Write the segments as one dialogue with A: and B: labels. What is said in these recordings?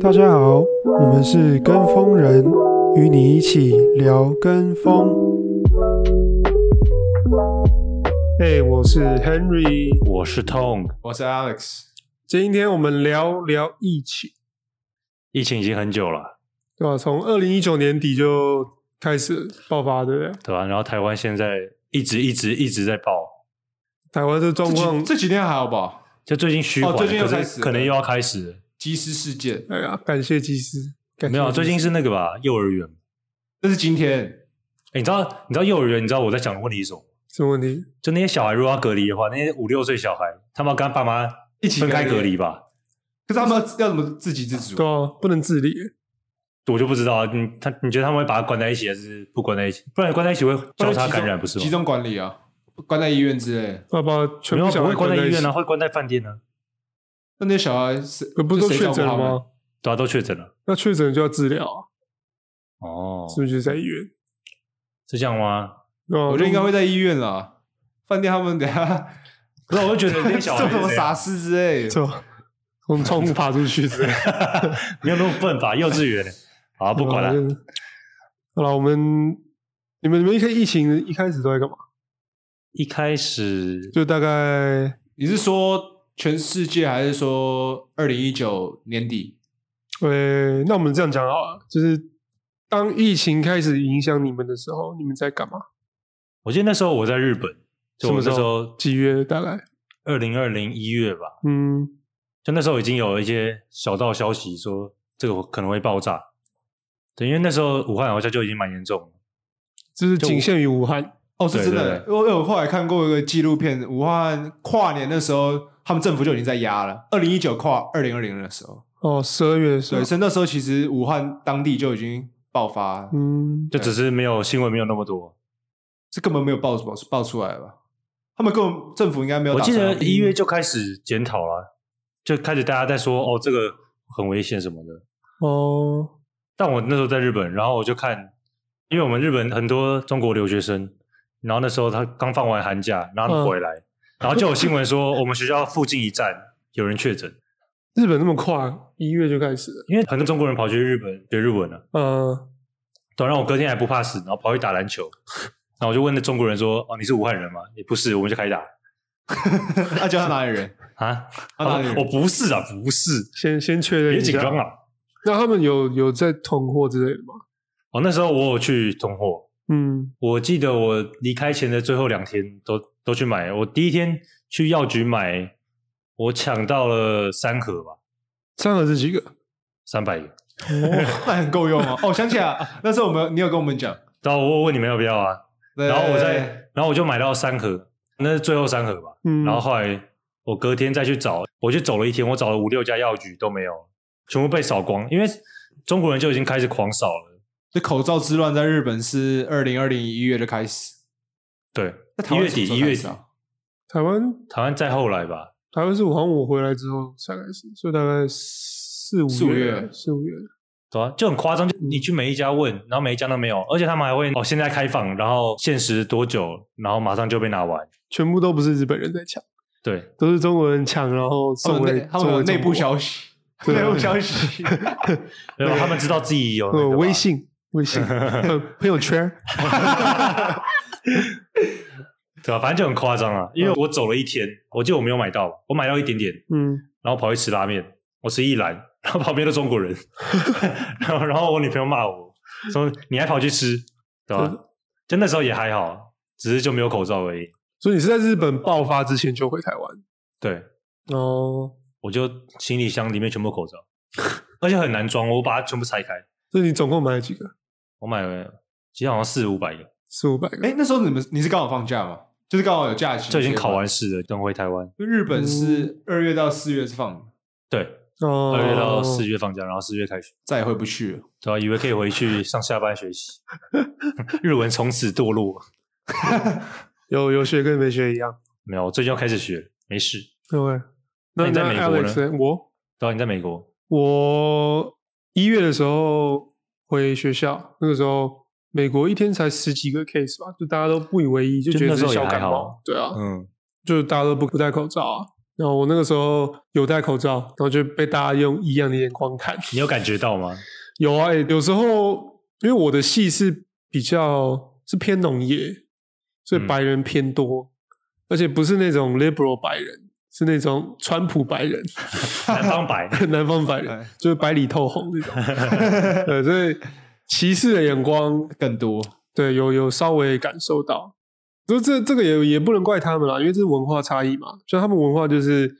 A: 大家好，我们是跟风人，与你一起聊跟风。嘿、我是 Henry，
B: 我是 Tong，
C: 我是 Alex，
A: 今天我们聊聊疫情，
B: 疫情已经很久了，
A: 对吧、从二零一九年底就开始爆发，对不对？
B: 对吧、然后台湾现在一直一直一直在爆，
A: 台湾这状
B: 哦
C: 这
A: 况
C: 几，这几天还好不好？
B: 就最近虚缓了、
C: 哦最近又
B: 可是
C: 开始了
B: 可能又要开始了。
C: 机师事件，
A: 哎呀，感谢技师，感谢
B: 没有啊，
A: 技师
B: 最近是那个吧，幼儿园。
C: 这是今天
B: 哎，你知道你知道幼儿园？你知道我在想的问题是什么？
A: 什么问题？
B: 就那些小孩如果要隔离的话，那些五六岁小孩，他们要跟他爸妈
C: 一起
B: 分开隔
C: 隔
B: 离，吧？
C: 可是他们要要怎么自给自足
A: 对？啊，不能自理，
B: 我就不知道，你他你觉得他们会把他关在一起，还是不关在一起？不然关在一起会
C: 不然
B: 交
C: 集
B: 叉
C: 中
B: 感染，不是吗
C: 集？中管理啊，关在医院之类。
A: 要把全
B: 没
A: 部
B: 有
A: 小
B: 不
A: 孩
B: 会关在
A: 一
B: 医院
A: 起
B: 啊，，会关在饭店呢、
C: 那那些小孩是
A: 可不是都
C: 是谁
A: 确
C: 照顾
A: 诊
C: 他
A: 了
C: 们？
A: 吗？哦
B: 大家啊都确诊了。
A: 那确诊就要治疗啊，
B: 哦，
A: 是不是就在医院？
B: 是这样吗？
A: 对啊
C: 我觉得应该会在医院啦，饭店他们等下
B: 不是，我就觉 得那些小
C: 做
B: 孩
C: 什么
B: 是啊这样
C: 傻事之类的。
A: 就从窗户爬出去之 类的。
B: 没有那么笨吧？幼稚园，好不管了。
A: 嗯就是。好了，我们你们你们一开疫情一开始都在干嘛？
B: 一开始
A: 就大概
C: 你是说全世界，还是说二零一九年底？
A: 呃，那我们这样讲好了，就是当疫情开始影响你们的时候，你们在干嘛？
B: 我记得那时候我在日本，
A: 什
B: 就我
A: 么
B: 那
A: 时
B: 时
A: 候
B: 候
A: 几月？大概
B: 二零二零一月吧，
A: 嗯，
B: 就那时候已经有一些小道消息说这个可能会爆炸。对，因为那时候武汉好像就已经蛮严重了。
A: 就是
B: 就
A: 仅限于武汉。
C: 哦，是真
B: 对
C: 的
B: 对。
C: 我我后来看过一个纪录片，武汉跨年的时候，他们政府就已经在压了。二零一九跨二零二零的时候，
A: 哦，十二月的时候
C: 对，，所以那时候其实武汉当地就已经爆发了，
A: 嗯，
B: 就只是没有新闻没有那么多。
C: 是根本没有爆爆爆出来吧？他们根本政府应该没有
B: 我
C: 打
B: 记
C: 算要。
B: 得一 月就开始检讨了，就开始大家在说哦这个很危险什么的。
A: 哦，
B: 但我那时候在日本，然后我就看，因为我们日本很多中国留学生，然后那时候他刚放完寒假，然后
C: 嗯
B: 他们回来，然后就有新闻说我们学校附近一站有人确诊，
A: 日本那么快，一月就开始了。
B: 因为很多中国人跑去日本学日文了、啊，啊
A: 呃，
B: 然后我隔天还不怕死，然后跑去打篮球，然后我就问那中国人说：“哦，你是武汉人吗？”也不是，我们就开始打
C: 那叫他哪里人？
B: 啊，
C: 他哪里
B: 我
C: 人？
B: 不是啊，不是，
A: 先先确认
B: 别
A: 一
B: 紧
A: 下。
B: 张啊。
A: 那他们有有在囤货之类的吗？
B: 哦，那时候我有去囤货，
A: 嗯，
B: 我记得我离开前的最后两天都都去买。我第一天去药局买，我抢到了三盒吧，
A: 三盒是几个？
B: 三百个。
C: 那很够用哦。哦，想起来了，那时候我们你有跟我们讲，
B: 然后我问你们要不要啊，
C: 然
B: 然后我再，然后我就买到三盒，那是最后三盒吧。
A: 嗯，
B: 然后后来我隔天再去找，我去走了一天，我找了五六家药局都没有，全部被扫光，因为中国人就已经开始狂扫了。
C: 这口罩之乱在日本是二零二零一月的开始，
B: 对
C: 那，台
B: 一
C: 湾
B: 月底
C: 什么
B: 一
C: 时候
B: 月
C: 开
B: 底
C: 始，啊
A: 台湾
B: 台湾再后来吧，
A: 台湾是武汉，我回来之后才开始，所以大概四五
C: 四五
A: 月，
C: 月
A: 四五月。
B: 对啊，就很夸张。就你去每一家问，然后每一家都没有，而且他们还会哦，现在开放，然后限时多久，然后马上就被拿完。
A: 全部都不是日本人在抢，
B: 对，
A: 都是中国人抢，然后
C: 他
A: 送
B: 哦
C: 们
A: 回
C: 内他们有
A: 送回中国
C: 内部消息，
A: 对
C: 内部消息，
B: 然后他们知道自己有那
A: 呃
B: 个吧
A: 微，信微 信呃朋友圈，
B: 对吧、反正就很夸张啊。因为我走了一天，我记得我没有买到，我买到一点点，
A: 嗯，
B: 然后跑去吃拉面，我吃一篮，然后旁边都中国人， 然后然后我女朋友骂我说你还跑去吃，对吧、就那时候也还好，只是就没有口罩而已。
A: 所以你是在日本爆发之前就回台湾
B: 对，
A: 哦，
B: 我就行李箱里面全部口罩， 而且很难装，我把它全部拆开。
A: 所以你总共买了几个？
B: 我买了，其实好像四五百个，
A: 四五百个。
C: 哎，那时候你们你是刚好放假吗？就是刚好有假期，
B: 就已经考完试了，等回台湾。
C: 因为日本是二月到四月是放的，
B: 对，
A: 哦，
B: 二月到四月放假，然后四月开学，
C: 再也回不去了。
B: 对啊？以为可以回去上下班学习， 日文从此堕落。
A: 有有学跟没学一样。
B: 没有，我最近要开始学，没事。
A: OK，
B: 那
A: 那
B: 你在美国
A: Alex
B: 呢
A: 呢我
B: 对啊，你在美国，
A: 我一月的时候回学校，那个时候美国一天才十几个 case 吧，就大家都不以为意，就
B: 就
A: 觉得
B: 那时
A: 是
B: 候也
A: 小感
B: 还
A: 冒
B: 好。
A: 对啊，
B: 嗯，
A: 就大家都不不戴口罩啊。然后我那个时候有戴口罩，然后就被大家用异样的眼光看。
B: 你有感觉到吗？
A: 有啊、欸，有时候因为我的系是比较是偏农业，所以
B: 嗯
A: 白人偏多，而且不是那种 liberal 白人，是那种川普白人、
B: 南方白，
A: 南方白 人，
C: 哎
A: 就是白里透红那种。对，所以歧视的眼光，
C: 更多，。
A: 对，有有稍微感受到。就这这个也也不能怪他们啦，因为这是文化差异嘛。像他们文化就是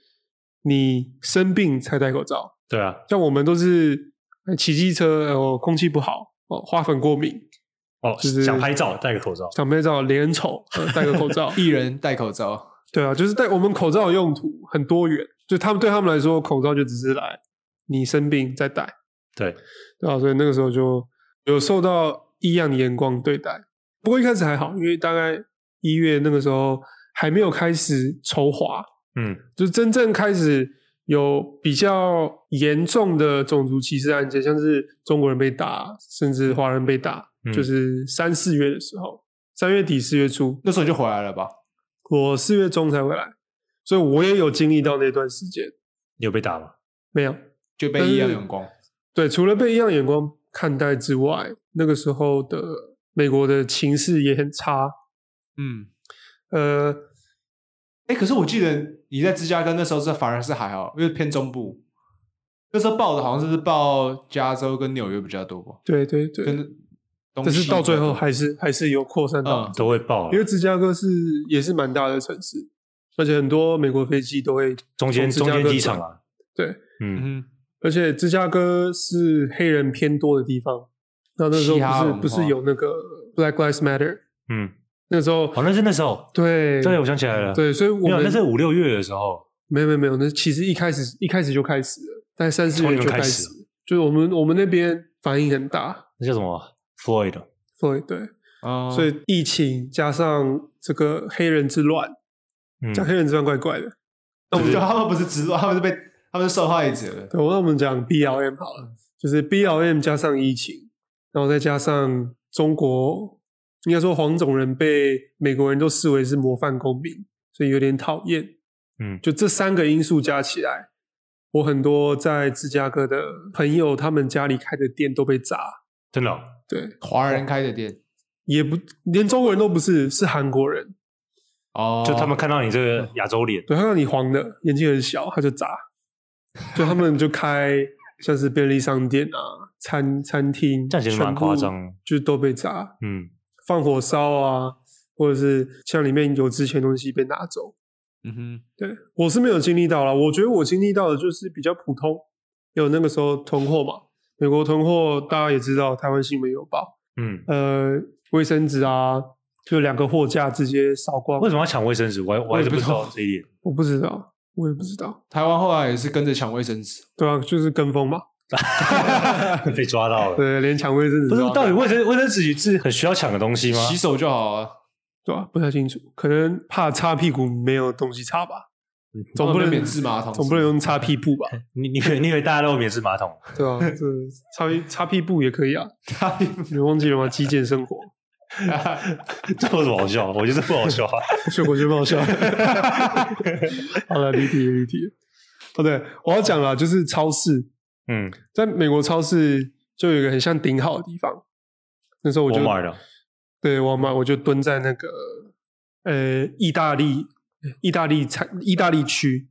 A: 你生病才戴口罩，
B: 对啊，
A: 像我们都是呃骑机车，然后空气不好，哦，花粉过敏，
B: 哦，
A: 就是
B: 想拍照戴个口罩，
A: 长辈照脸很丑，呃戴个口罩
C: 一人戴口罩，
A: 对啊，就是戴我们口罩的用途很多元，就他们对他们来说，口罩就只是来你生病再戴，
B: 对，
A: 对啊，所以那个时候就有受到异样的眼光对待。不过一开始还好，因为大概一月那个时候还没有开始筹划，
B: 嗯，
A: 就真正开始有比较严重的种族歧视案件，像是中国人被打，甚至华人被打，
B: 嗯
A: 就是三四月的时候，三月底四月初，
C: 那时候你就回来了吧？
A: 我四月中才回来，所以我也有经历到那段时间。
B: 你有被打吗？
A: 没有，
C: 就被异样眼光，
A: 对，除了被异样眼光看待之外，那个时候的美国的情势也很差。
C: 嗯，
A: 呃，
C: 哎，可是我记得你在芝加哥那时候是反而是还好，因为偏中部，那时候报的好像是报加州跟纽约比较多吧，
A: 对对对，
C: 跟东
A: 但是
C: 西
A: 到最
C: 比较
A: 后
C: 多
A: 还是还是有扩散到
C: 嗯
B: 都会爆啊，
A: 因为芝加哥是也是蛮大的城市，而且很多美国飞机都会，
B: 中间
A: 从
B: 中
A: 芝加哥
B: 间机场啊，
A: 对，
B: 嗯，
C: 嗯
A: 而且芝加哥是黑人偏多的地方。那那时候
C: 嘻哈文化
A: 不是不是有那个 Black Lives Matter，
B: 嗯，
A: 那时候
C: 哦
B: 好像是那时候，
A: 对
B: 对，我想起来了，，
A: 对，所以我
B: 没有，
A: 们
B: 那是五六月的时候，
A: 没有没有没有，那其实一开始一开始就开始了，但三四
B: 从
A: 月
B: 你们
A: 就
B: 开
A: 始
B: 始，
A: 就是我们我们那边反应很大，
B: 那叫什么啊 Floyd，
A: 对对，
C: 哦
A: 所以疫情加上这个黑人之乱，
B: 嗯，
A: 讲黑人之乱怪怪的，
C: 那我们就他们不是植入，他们是被他们是受害者。
A: 哦对，我那我们讲 BLM 好了，就是 BLM 加上疫情，然后再加上中国，应该说黄种人被美国人都视为是模范公民，所以有点讨厌。
B: 嗯，
A: 就这三个因素加起来，我很多在芝加哥的朋友，他们家里开的店都被砸。
B: 真的哦，
A: 对，
C: 华人开的店
A: 也不连中国人都不是，是韩国人。
C: 哦，
B: 就他们看到你这个亚洲脸，
A: 对，他让你黄的，眼睛很小，他就 砸。就他们就开像是便利商店啊、餐餐厅，
B: 这样其实蛮
A: 全部
B: 夸张的
A: 就都被砸，
B: 嗯，
A: 放火烧啊，或者是像里面有值钱东西被拿走。
C: 嗯哼，
A: 对我是没有经历到啦，我觉得我经历到的就是比较普通，有那个时候囤货嘛，美国囤货大家也知道，台湾新闻有报，
B: 嗯，
A: 呃，卫生纸啊，就两个货架直接扫光
B: 为，什么要抢卫生纸？我还我还是不
C: 我也不
B: 知
C: 知道
B: 道这一点。
A: 我不知道，我也不知道，
C: 台湾后来也是跟着抢卫生纸，
A: 对啊，就是跟风嘛，
B: 被抓到了。
A: 对，连抢卫生纸
B: 不是
A: 都，要
B: 到底
A: 拿
B: 卫生卫生纸是很需要抢的东西吗？
C: 洗手就好啊。
A: 对啊，不太清楚，可能怕擦屁股没有东西擦吧，总
C: 他
A: 不
C: 们
A: 能
C: 免治马桶，
A: 总不能用擦屁布 吧？
B: 你你以为你以为大家都有免治马桶？
A: 对啊，这擦屁擦屁布也可以啊。
C: 他
A: 你忘记了吗？极简生活，
B: 这有什么好笑？我觉得不好笑啊。
A: 效果就爆 笑。好了，离题离题。哦，对，我要讲了，就是超市，
B: 嗯，
A: 在美国超市就有一个很像顶好的地方。那时候我
B: 我
A: 就
B: 买了。
A: 对我买，我就蹲在那个呃意大利意大利餐意大利区，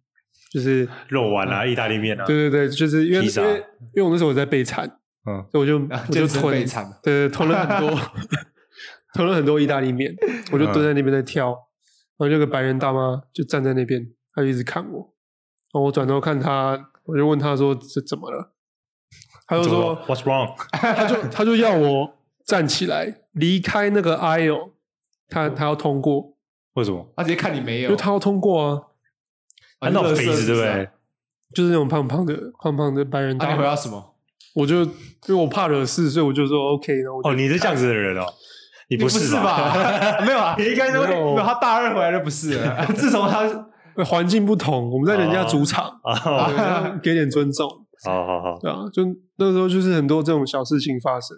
A: 就是
B: 肉丸啊，意大利面啊，
A: 对对对，就是因为
B: 披萨
A: 因为因为我那时候我在备产，
B: 嗯
A: 所以我就 我
C: 就
A: 就
C: 准备
A: 囤，
C: 惨了。
A: 对，囤了很多，囤了很多意大利面，我就蹲在那边在挑，然后这个白人大妈就站在那边，她就一直看我，然后我转头看她，我就问她说这怎么了，她就
B: 怎么
A: 说
B: 了 What's wrong？
A: 她就她就要我站起来离开那个 aisle，她她要通过，
B: 为什么？
C: 他直接看你没
A: 因
C: 有，
A: 为她要通过啊，
C: 啊
B: 那种
C: 垃圾
B: 肥子对不对？
A: 就是那种胖胖的胖胖的白人
C: 啊
A: 大
C: 你回
A: 妈
C: 答，什么？
A: 我就因为我怕惹事，所以我就说 OK，然后我就
B: 哦，你是这样子的人哦，你
C: 你不
B: 是
C: 是？吧？ 没有啊，你应该说
A: 没有
C: 没有。他大二回来就不是了， 自从他
A: 呃环境不同，我们在人家主场，
B: 哦，
A: 对
B: 好
A: 要给点尊重，
B: 好好，
A: 对啊，就那时候就是很多这种小事情发生，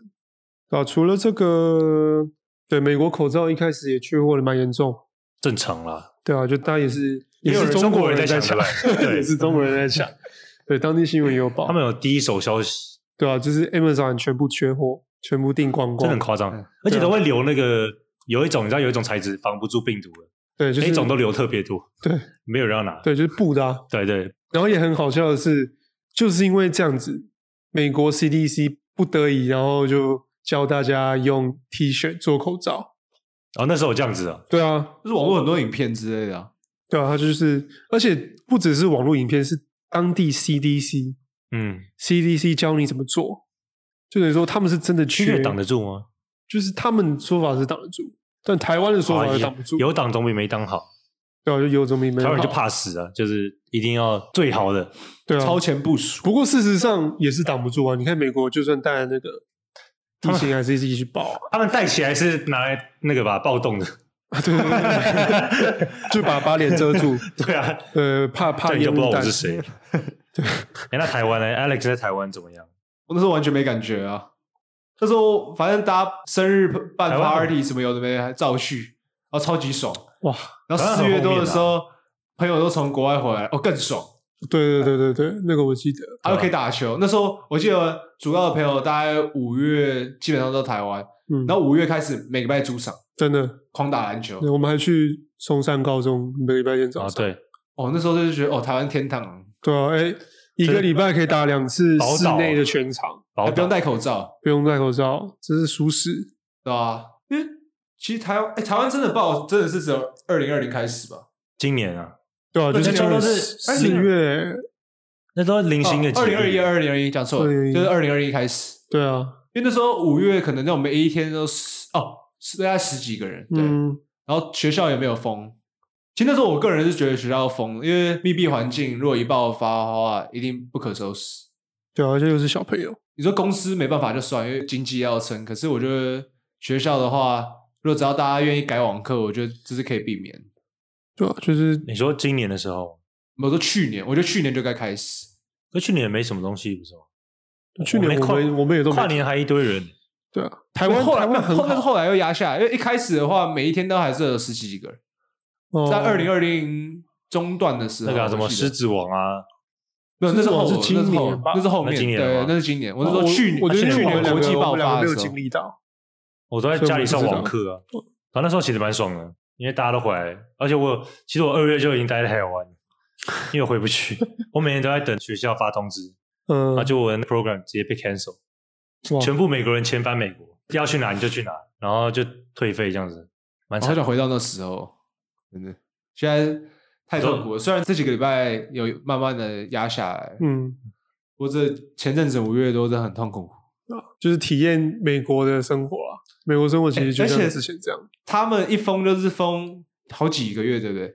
A: 啊，除了这个，对美国口罩一开始也缺货的蛮严重，
B: 正常啦，
A: 对啊，就大家也是也
B: 嗯也有
A: 是
B: 人
A: 中
B: 中
A: 国
B: 国人
A: 在
B: 在
A: 抢
B: 抢，
A: 也
B: 对
A: 是中国人在抢， 对，当地新闻也有报
B: 他，们有第一手消息，
A: 对啊，就是 Amazon 全部缺货，全部订光
B: 真的
A: 光
B: 很，夸张
C: 嗯，
B: 而且都会留那个有一种你知道有一种材质防不住病毒的，
A: 对，就
B: 那
A: 是
B: 一种都留特别多，
A: 对
B: 没有人要拿，
A: 对，就是布的、啊。
B: 对对，
A: 然后也很好笑的是，就是因为这样子，美国 CDC 不得已，然后就教大家用 T 恤做口罩。
B: 然后那时候有这样子啊，
A: 对啊，
C: 就是网络很多影片之类的啊、
A: 对啊，它就是，而且不只是网络影片，是当地 CDC
B: 嗯，
A: CDC 教你怎么做，就等于说他们是真的
B: 区
A: 缺
B: 域，挡得住吗？
A: 就是他们说法是挡得住，但台湾的说法
B: 啊
A: 是挡不住，
B: 有挡总比没挡好，
A: 对啊，就有总比没
B: 台
A: 有
B: 湾人就
A: 好，
B: 怕死啊，就是一定要最好的，
A: 对啊，
C: 超前部署。
A: 不过事实上也是挡不住啊！你看美国，就算带了那个疫情，还是继续爆啊！
B: 他们戴起来是拿来那个吧暴动的，
A: 对对对，对就把把脸遮住，
B: 对啊，
A: 呃，怕怕
B: 这你就
A: 烟
B: 不知道
A: 雾
B: 我
A: 弹
B: 是。谁。哎，那台湾呢？Alex 在台湾怎么样？
C: 我那时候完全没感觉啊。那时候反正大家生日办
B: 台湾
C: party 什么有的没的，还照去，然后超级爽。
A: 哇！
C: 然后
B: 台湾很
C: 四月多
B: 后
C: 的
B: 面啊
C: 时候，朋友都从国外回来，哦更爽，
A: 对对对对对，那个我记得。
C: 还有可以打球。那时候我记得主要的朋友大概五月基本上都在台湾，
A: 嗯，
C: 然后五月开始每个礼拜主场
A: 真的，
C: 狂打篮球
A: 对。我们还去松山高中每个礼拜天早
B: 啊，
A: 上。
B: 对，
C: 哦，那时候就是觉得哦台湾天堂，
A: 对啊，哎，一个礼拜可以打两次
B: 宝岛啊
A: 室内的全场，
B: 宝
C: 还不用
B: 岛
C: 戴口罩，
A: 不用戴口罩，真是舒适。
C: 对吧、因为其实台湾，哎，台湾真的爆，真的是只有二零二零开始吧？
B: 今年啊，
A: 对啊，
B: 那
A: 就是
B: 这样都是
C: 哎
A: 四月，
B: 那都是零星的几
C: 哦二
B: 例
C: 零二一、二零二一讲错了，
A: 2021
C: 就是二零二一开始。
A: 对啊，
C: 因为那时候五月可能那我们一天都十哦，是大概十几个人，对。
A: 嗯，
C: 然后学校也没有封，其实那时候我个人是觉得学校封，因为密闭环境如果一爆发的话，一定不可收拾。
A: 对啊，而且又是小朋友，
C: 你说公司没办法就算，因为经济要撑。可是我觉得学校的话，如果只要大家愿意改网课，我觉得这是可以避免。
A: 对啊，就是
B: 你说今年的时候，
C: 我说去年，我觉得去年就该开始。
B: 可去年也没什么东西，不是吗？
A: 去年
B: 我们
A: 我
B: 跨
A: 们我们也都没
B: 跨年还一堆人，
A: 对啊，台湾
C: 后来
A: 台湾很
C: 后但
A: 好，
C: 是后来又压下来，因为一开始的话，每一天都还是有十几个人。
A: 哦
C: 在二零二零中段的时候，
B: 那个啊
C: 我
B: 什么
C: 记得
B: 狮子王啊，
C: 没有，那是
A: 狮子
C: 后
A: 王是
C: 那
A: 今
C: 后
A: 年吧
C: 那是后
B: 那
C: 面，
B: 今年
C: 对
B: 吗，
C: 那是今年。我是
A: 哦
C: 说去年，啊
A: 我觉
C: 去
A: 得
B: 去
A: 我
C: 年
A: 们
B: 两
C: 国
B: 个
C: 际
A: 两个
C: 爆
A: 我们两
C: 发
A: 个
C: 的
A: 没有
C: 时候
A: 经，历到，
B: 我都在家里上网课啊。然后那时候其实蛮爽的，因为大家都回来，而且我其实我二月就已经待在台湾了，因为我回不去，我每天都在等学校发通知，
A: 嗯
B: 然后，就我的 program 直接被 cancel，
A: 哇
B: 啊全部美国人遣返美国，要去哪你就去哪，然后就退费这样子，
A: 哦
B: 蛮
C: 我好
B: 惨的。
C: 想回到那时候，真的，现在太痛苦了。虽然这几个礼拜有慢慢的压下来，
A: 嗯，
C: 不过这前阵子五月多真的很痛苦。
A: 就是体验美国的生活啊，美国生活其实就
C: 哎而
A: 像
C: 且
A: 之前这样，
C: 他们一封就是封好几个月，对不对？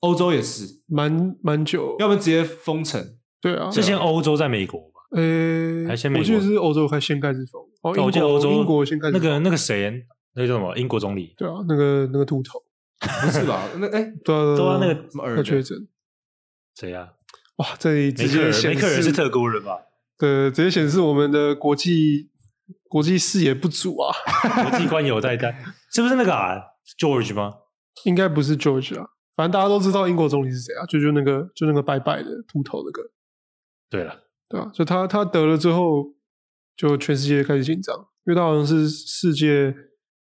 C: 欧洲也是，
A: 蛮蛮久，
C: 要不然直接封城。
A: 对啊，
B: 是先欧洲在美国吧？
A: 呃，
B: 还是先美
A: 我
B: 国
A: 记得是欧洲开先开始封，哦，
B: 我
A: 英
B: 记得欧
A: 国
B: 洲
A: 英国先开始
B: 那
A: 封，
B: 个那个谁，那个叫什么？英国总理
A: 对啊，那个那个秃头，
C: 不是吧？那 哎，
A: 对啊
B: 对啊
A: 对
B: 那
A: 啊
B: 个
C: 什么
A: 他
C: 耳
A: 确
C: 的？
A: 诊，
B: 谁啊？
A: 哇，这里直
B: 梅克
A: 接
B: 尔，
A: 显
B: 梅克尔
A: 示
B: 是特工人吧？
A: 对，直接显示我们的国际国际视野不足啊，
B: 国际观有待待，是不是那个啊？George 吗？
A: 应该不是 George 啊，反正大家都知道英国总理是谁啊，就就那个就那个白白的秃头那个。
B: 对了，
A: 对啊，所以他他得了之后，就全世界开始紧张，因为他好像是世界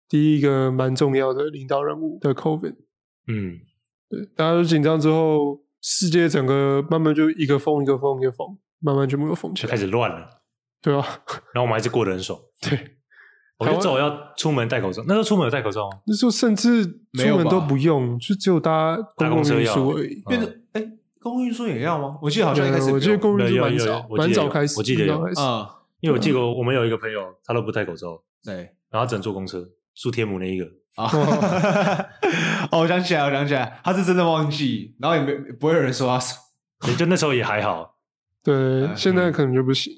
A: 第一个蛮重要的领导人物的 COVID。
B: 嗯，
A: 对，大家都紧张之后，世界整个慢慢就一个封一个封一个封，慢慢全部都封起
B: 就开
A: 来。
B: 始乱了。
A: 对啊，
B: 然后我们还是过得很爽。
A: 对，
B: 我就走要出门戴口罩，那时候出门有戴口罩吗？
A: 那时候甚至
C: 没
A: 出
C: 有吧
A: 门都不用，就只有搭公
B: 搭公
A: 共
B: 车
A: 运
B: 要
A: 输而已。
C: 变成哎，公共运输也要吗？我记得好像一开始
A: 对，我记得
C: 不用
A: 公共运输
B: 有有
A: 蛮
B: 有
A: 早，
B: 我记得
A: 蛮早
B: 有
A: 开始，
B: 我记
A: 蛮
B: 得
A: 早
B: 有
A: 开始
C: 啊，
B: 因为我记得我们有一个朋友，他都不戴口罩，
C: 对。
B: 然后他只能坐公车，苏天母那一个，
C: 啊、 哦，我想起来，我想起来，他是真的忘记，然后也没不会有人说他是
B: 也就那时候也还好，
A: 对，
B: 嗯
C: 哎
A: 现在可能就不行。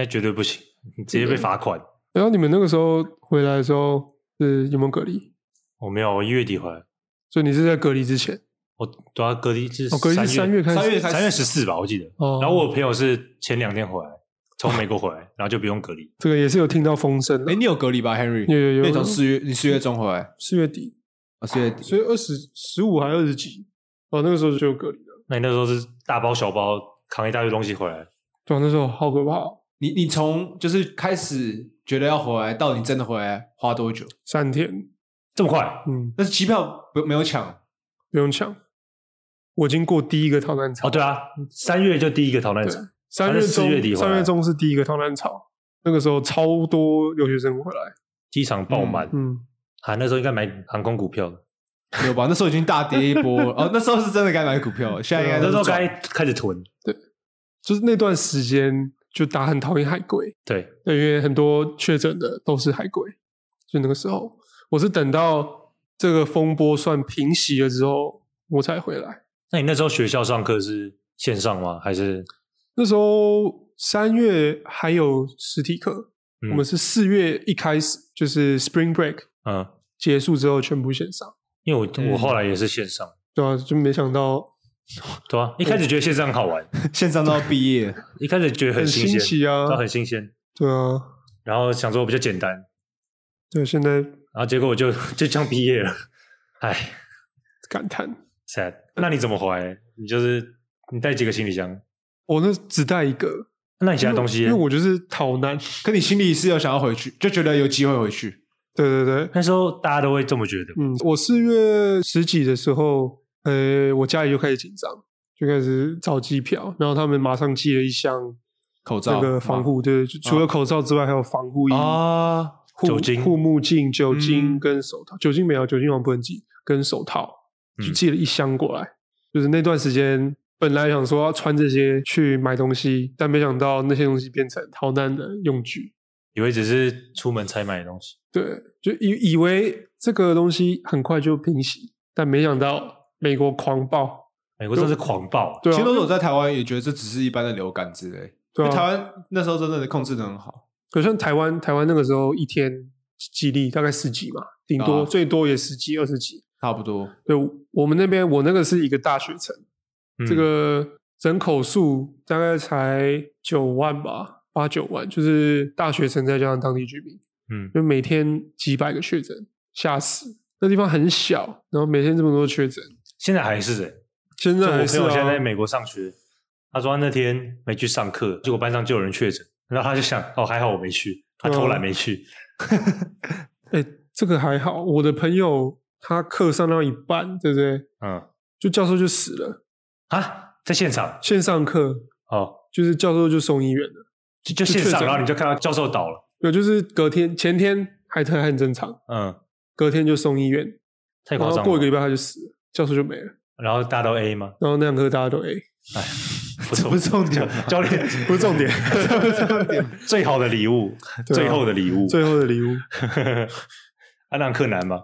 B: 那绝对不行，你直接被罚款。
A: 然后你们那个时候回来的时候是有没有隔离？
B: 我没有，我一月底回来，
A: 所以你是在隔离之前，
B: 我都要隔离，就是
A: 哦，隔离是
B: 三
A: 三月开始，
C: 三月开始
B: 三月十四吧，我记得。
A: 哦，
B: 然后我朋友是前两天回来，从美国回来，然后就不用隔离。
A: 这个也是有听到风声的
C: 哎，，你有隔离吧，Henry？
A: 有有有
C: 因为从四月，你四月中回来，
A: 四月底，
C: 啊，四月底，
A: 所以二十十五还二十几，哦，那个时候就有隔离了。
B: 那你那时候是大包小包扛一大堆东西回来，
A: 对啊，那时候好可怕哦，
C: 你你从就是开始觉得要回来，到你真的回来花多久？
A: 三天，
B: 这么快？
A: 嗯，
C: 但是机票不没有抢，
A: 不用抢，我已经过第一个逃难
B: 哦，
A: 潮，
B: 对啊，三月就第一个逃难
A: 对
B: 潮，
A: 三
B: 反
A: 月
B: 正四
A: 中
B: 月底回来
A: 三月中是第一个逃难潮，那个时候超多留学生回来，
B: 机场爆满，
A: 嗯，
B: 啊，那时候应该买航空股票的，
C: 没有吧？那时候已经大跌一波了，哦，那时候是真的该买股票了，现在应该
A: 对
C: 都
B: 啊那
C: 是
B: 时候
C: 赚
B: 该开始囤，
A: 就是那段时间就大家很讨厌海龟，
B: 对，
A: 对，因为很多确诊的都是海龟，就那个时候，我是等到这个风波算平息了之后，我才回来。
B: 那你那时候学校上课是线上吗？还是
A: 那时候三月还有实体课，
B: 嗯
A: 我们是四月一开始就是 Spring Break
B: 嗯？
A: 结束之后全部线上，
B: 因为我、
C: 嗯
B: 我后来也是线上，
A: 对啊，就没想到
B: 对啊，一开始觉得线上好玩，
C: 线上都要毕业，
B: 一开始觉得
A: 很
B: 新
A: 新
B: 鲜，
A: 奇啊
B: 对，啊很新鲜，
A: 对啊，
B: 然后想说比较简单，
A: 对，现在
B: 然后结果我就就这样毕业了，唉
A: 感叹，
B: ，sad。那你怎么回来？你就是你带几个行李箱？
A: 我那只带一个
B: 那你其他东西
A: 因
B: 耶？
A: 为我就是逃难，
C: 可你心里是有想要回去，就觉得有机会回去，
A: 对对对，
B: 那时候大家都会这么觉得，
A: 嗯，我四月十几的时候，呃，我家里就开始紧张，就开始找机票，然后他们马上寄了一箱
C: 口
A: 那
C: 罩、
A: 个防护，对，就除了口罩之外，还有防护衣、
B: 啊，
A: 护
B: 酒精
A: 护目镜、酒
C: 嗯
A: 精跟手套。酒精没有，酒精好像不能寄，跟手套就
B: 嗯
A: 寄了一箱过来。就是那段时间，本来想说要穿这些去买东西，但没想到那些东西变成逃难的用具。
B: 以为只是出门才买的东西。
A: 对，就以以为这个东西很快就平息，但没想到美国狂暴。
B: 美国真是狂暴，
A: 对
C: 其
A: 啊
C: 实，我在台湾也觉得这只是一般的流感之类，
A: 对
C: 因为台
A: 啊。
C: 湾那时候真的控制的很好，
A: 可像台湾，台湾那个时候一天几例大概十几嘛，顶多、
C: 啊
A: 最多也十几、二十几。
C: 差不多。
A: 对，我们那边我那个是一个大学城，
B: 嗯
A: 这个人口数大概才九万吧，八九万，就是大学生再加上当地居民，
B: 嗯，
A: 就每天几百个确诊，吓死！那地方很小，然后每天这么多确诊，
B: 现在还是欸
A: 现
B: 就我
A: 在
B: 朋
A: 还
B: 友
A: 是、
B: 现在在
A: 啊、
B: 美国上学，他说他那天没去上课，结果班上就有人确诊，然后他就想，哦，还好我没去，他
A: 啊
B: 偷懒没去，
A: 哎、这个还好，我的朋友他课上到一半，对不对？
B: 嗯
A: 就教授就死了，
B: 啊，在现场
A: 线上课
B: 哦，
A: 就是教授就送医院了，
B: 就就
A: 就
B: 线
A: 确
B: 上，
A: 诊
B: 然后你就看到教授倒了，
A: 有就是隔天前天还特还很正常，
B: 嗯，
A: 隔天就送医院，
B: 太
A: 然
B: 夸
A: 后
B: 张
A: 过一个
B: 了。
A: 礼拜他就死了，教授就没了，
B: 然后大家都 A 吗？
A: 然后那两科大家都 A。
B: 不错
C: 不是重点，
B: 教练
A: 不是重 点，
B: 最好的礼物，
A: 对啊
B: 最后的礼物， 啊
A: 最后的礼物
B: 安南克南吗？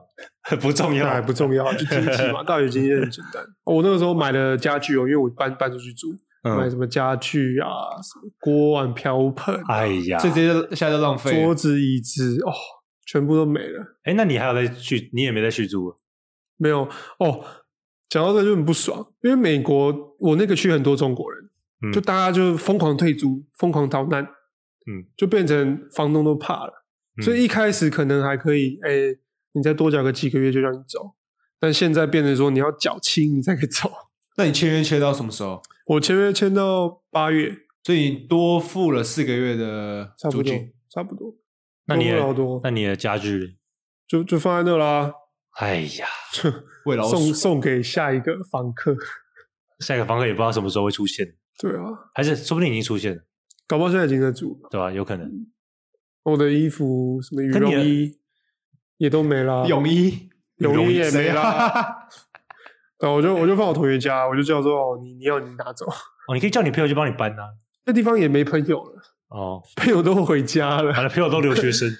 B: 不重
A: 那
B: 要
A: 还，不重要，就经济 嘛，大学经济很简单。我那个时候买的家具哦，因为我搬搬出去住，买
B: 嗯，
A: 什么家具啊，什么锅碗瓢盆、
B: 哎呀，
C: 所以这些现在都浪费
A: 桌
C: 了。
A: 子椅子哦，全部都没了。
B: 哎，那你还有在续？你也没在续租啊？
A: 没有哦，讲到这就很不爽，因为美国我那个区很多中国人，
B: 嗯
A: 就大家就疯狂退租，疯狂逃难，
B: 嗯，
A: 就变成房东都怕了。
B: 嗯
A: 所以一开始可能还可以，哎、你再多缴个几个月就让你走，但现在变成说你要缴清你才可以走。
C: 那你签约签到什么时候？
A: 我签约签到八月，
C: 所以你多付了四个月的
A: 差
C: 租
A: 不多
C: 金，，
A: 差不多，
B: 那你
A: 多
B: 的
A: 不了多
B: 那你的家具，
A: 就就放在那啦，
B: 哎呀，
C: 为老
A: 送
C: 鼠。
A: 送给下一个房客。
B: 下一个房客也不知道什么时候会出现，
A: 对啊，
B: 还是说不定已经出现了，
A: 搞不好现在已经在住了。
B: 对吧？有可能。
A: 我的衣服什么羽
B: 跟你
A: 绒
B: 的
A: 衣也都没啦，
C: 泳衣，
A: 泳衣也没
B: 啊
A: 啦。
C: 啦。
A: 然后我就我就放我同学家，我就叫说哦，你你要你拿走。
B: 哦，你可以叫你朋友去帮你搬啊。
A: 那地方也没朋友了，
B: 哦，
A: 朋友都回家了，
B: 反正朋友都留学生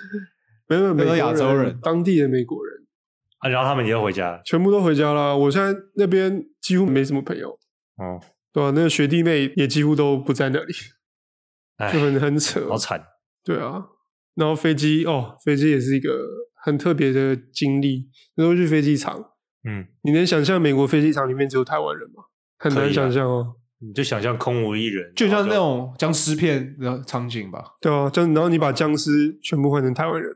A: 没有美
C: 都
A: 国
C: 亚洲人
A: 人，当地的美国人。
B: 啊，然后他们也要回家了。
A: 全部都回家啦。我现在那边几乎没什么朋友，
B: 哦，
A: 对啊吧、那个学弟妹也几乎都不在那里，
B: 哎
A: 就，很很扯。
B: 好惨。
A: 对啊，然后飞机哦，飞机也是一个很特别的经历。那时候去飞机场，
B: 嗯，
A: 你能想象美国飞机场里面只有台湾人吗？很
B: 可以
A: 难
B: 啊
A: 想象哦。
B: 你就想象空无一人，
C: 就像
B: 然后
C: 那种僵尸片的场景吧。
A: 对啊，就然后你把僵尸全部换成台湾人，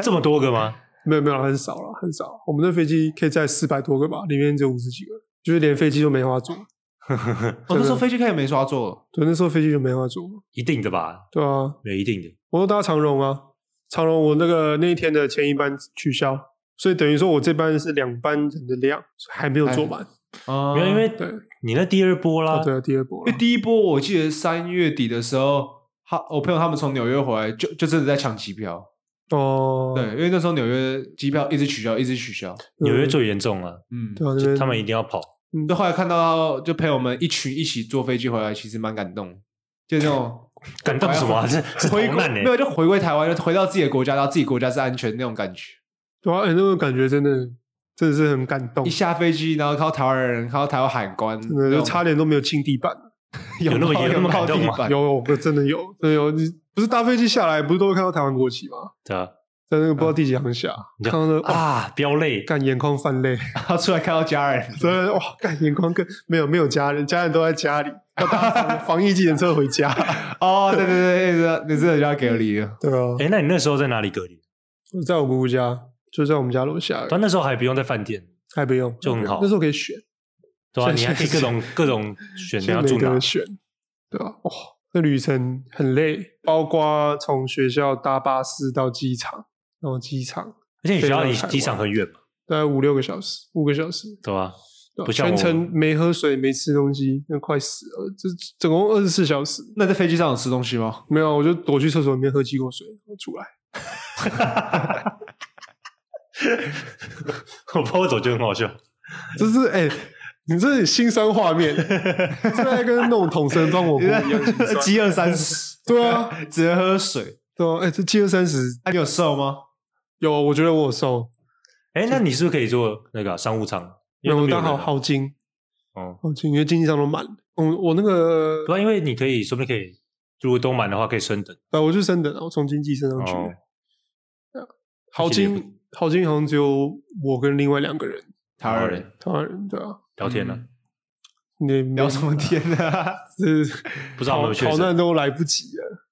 B: 这么多个吗？
A: 没有没有，很少了，很少。我们的飞机可以载四百多个吧，里面只有五十几个，就是连飞机都没法坐。
C: 哦，那时候飞机开也没抓住了，
A: 对，那时候飞机就没法坐。
B: 一定的吧，
A: 对啊，
B: 没有一定的。
A: 我都搭长荣啊，长荣我那个那一天的前一班取消，所以等于说我这班是两班人的量，还没有
B: 哎
A: 坐满。
C: 啊
B: 没有，因为
A: 对，
B: 你那第二波啦
A: 啊，，对啊，第二波
C: 因
A: 了
C: 为。第一波我记得三月底的时候，他我朋友他们从纽约回来就就真的在抢机票，
A: 哦，
C: 对，因为那时候纽约机票一直取消，一直取消，
B: 纽约最严重了，
C: 嗯，
A: 对啊，那
B: 就
A: 边
B: 他们一定要跑。
A: 嗯
C: 那后来看到就陪我们一群一起坐飞机回来，其实蛮感动，就 那种
B: 感动什么啊？这这
C: 回
B: 逃
C: 归
B: 难呢
C: 没？有就回归台湾，就回到自己的国家，然后自己国家是安全那种感觉。
A: 对啊，哎那种感觉真的真的是很感动
C: 一，下飞机，然后看到台湾人，看到台湾海关，
A: 真的
C: 那
A: 就
C: 种
A: 差点都没有亲地板。
B: 有那么
C: 到
B: 有那么
C: 到
B: 感动
C: 地
B: 吗
C: 板
A: 有，我真的有，真的有。你不是搭飞机下来，不是都会看到台湾国旗吗？
B: 对啊，
A: 在那个不知道第几航厦，
B: 你
A: 看
B: 就
A: 到那个哇，
B: 啊，飙泪，
A: 干眼眶泛泪，
C: 然后出来看到家人，
A: 真的哇，干眼眶更没有没有家人，家人都在家里，要搭 防防疫计程车回家。
C: 哦，对对对，那个那真的就要给力了。
A: 对啊，
B: 哎，那你那时候在哪里隔离？
A: 我在我姑姑家，就在我们家楼下而已，
B: 但那时候还不用在饭店，
A: 还不用，
B: 就很好
A: 那时候可以选，
B: 对啊，
A: 现在
B: 你还可以各种各种选你
A: 现
B: 要
A: 在
B: 住
A: 没
B: 哪
A: 得。选，对啊，哇，那旅程很累，包括从学校搭巴士到机场，然后机场
B: 而且你学校离
A: 飞到台湾
B: 机场很远嘛，
A: 大概五六个小时，五个小时，
B: 对吧？
A: 对啊
B: 不像
A: 全
B: 我
A: 程没喝水、没吃东西，那快死了。这总共二十四小时，
C: 那在飞机上有吃东西吗？
A: 没有，我就躲去厕所里面喝几口水，然后出来。
B: 我抛走就很好笑。
A: 这是哎、你这是心酸画 面，这在跟那种统神帮我锅一样心酸。
C: 饥饿三十，
A: 对啊，
C: 只能喝水。
A: 对啊，哎、这饥饿三十
C: 那、你有瘦吗？
A: 有，我觉得我有瘦，
B: 哎，那你是不是可以坐那个啊商务舱？因为
A: 有
B: 都没有
A: 但好
B: 人啊
A: 好精
B: 哦，
A: 好精，因为经济舱都满了。嗯，我那个
B: 对啊，因为你可以，说不定可以，如果都满的话，可以升等。
A: 呃，我就升等了，我从经济升上去
B: 哦
A: 的。好
B: 其实也不
A: 金，好金好像只有我跟另外两个人，
C: 台湾人
A: 台湾人对啊，
B: 聊天了，
A: 你
C: 聊什么天 啊？
A: 是
B: 不知道有没有确
A: 逃
B: 诊？
A: 难都来不及了。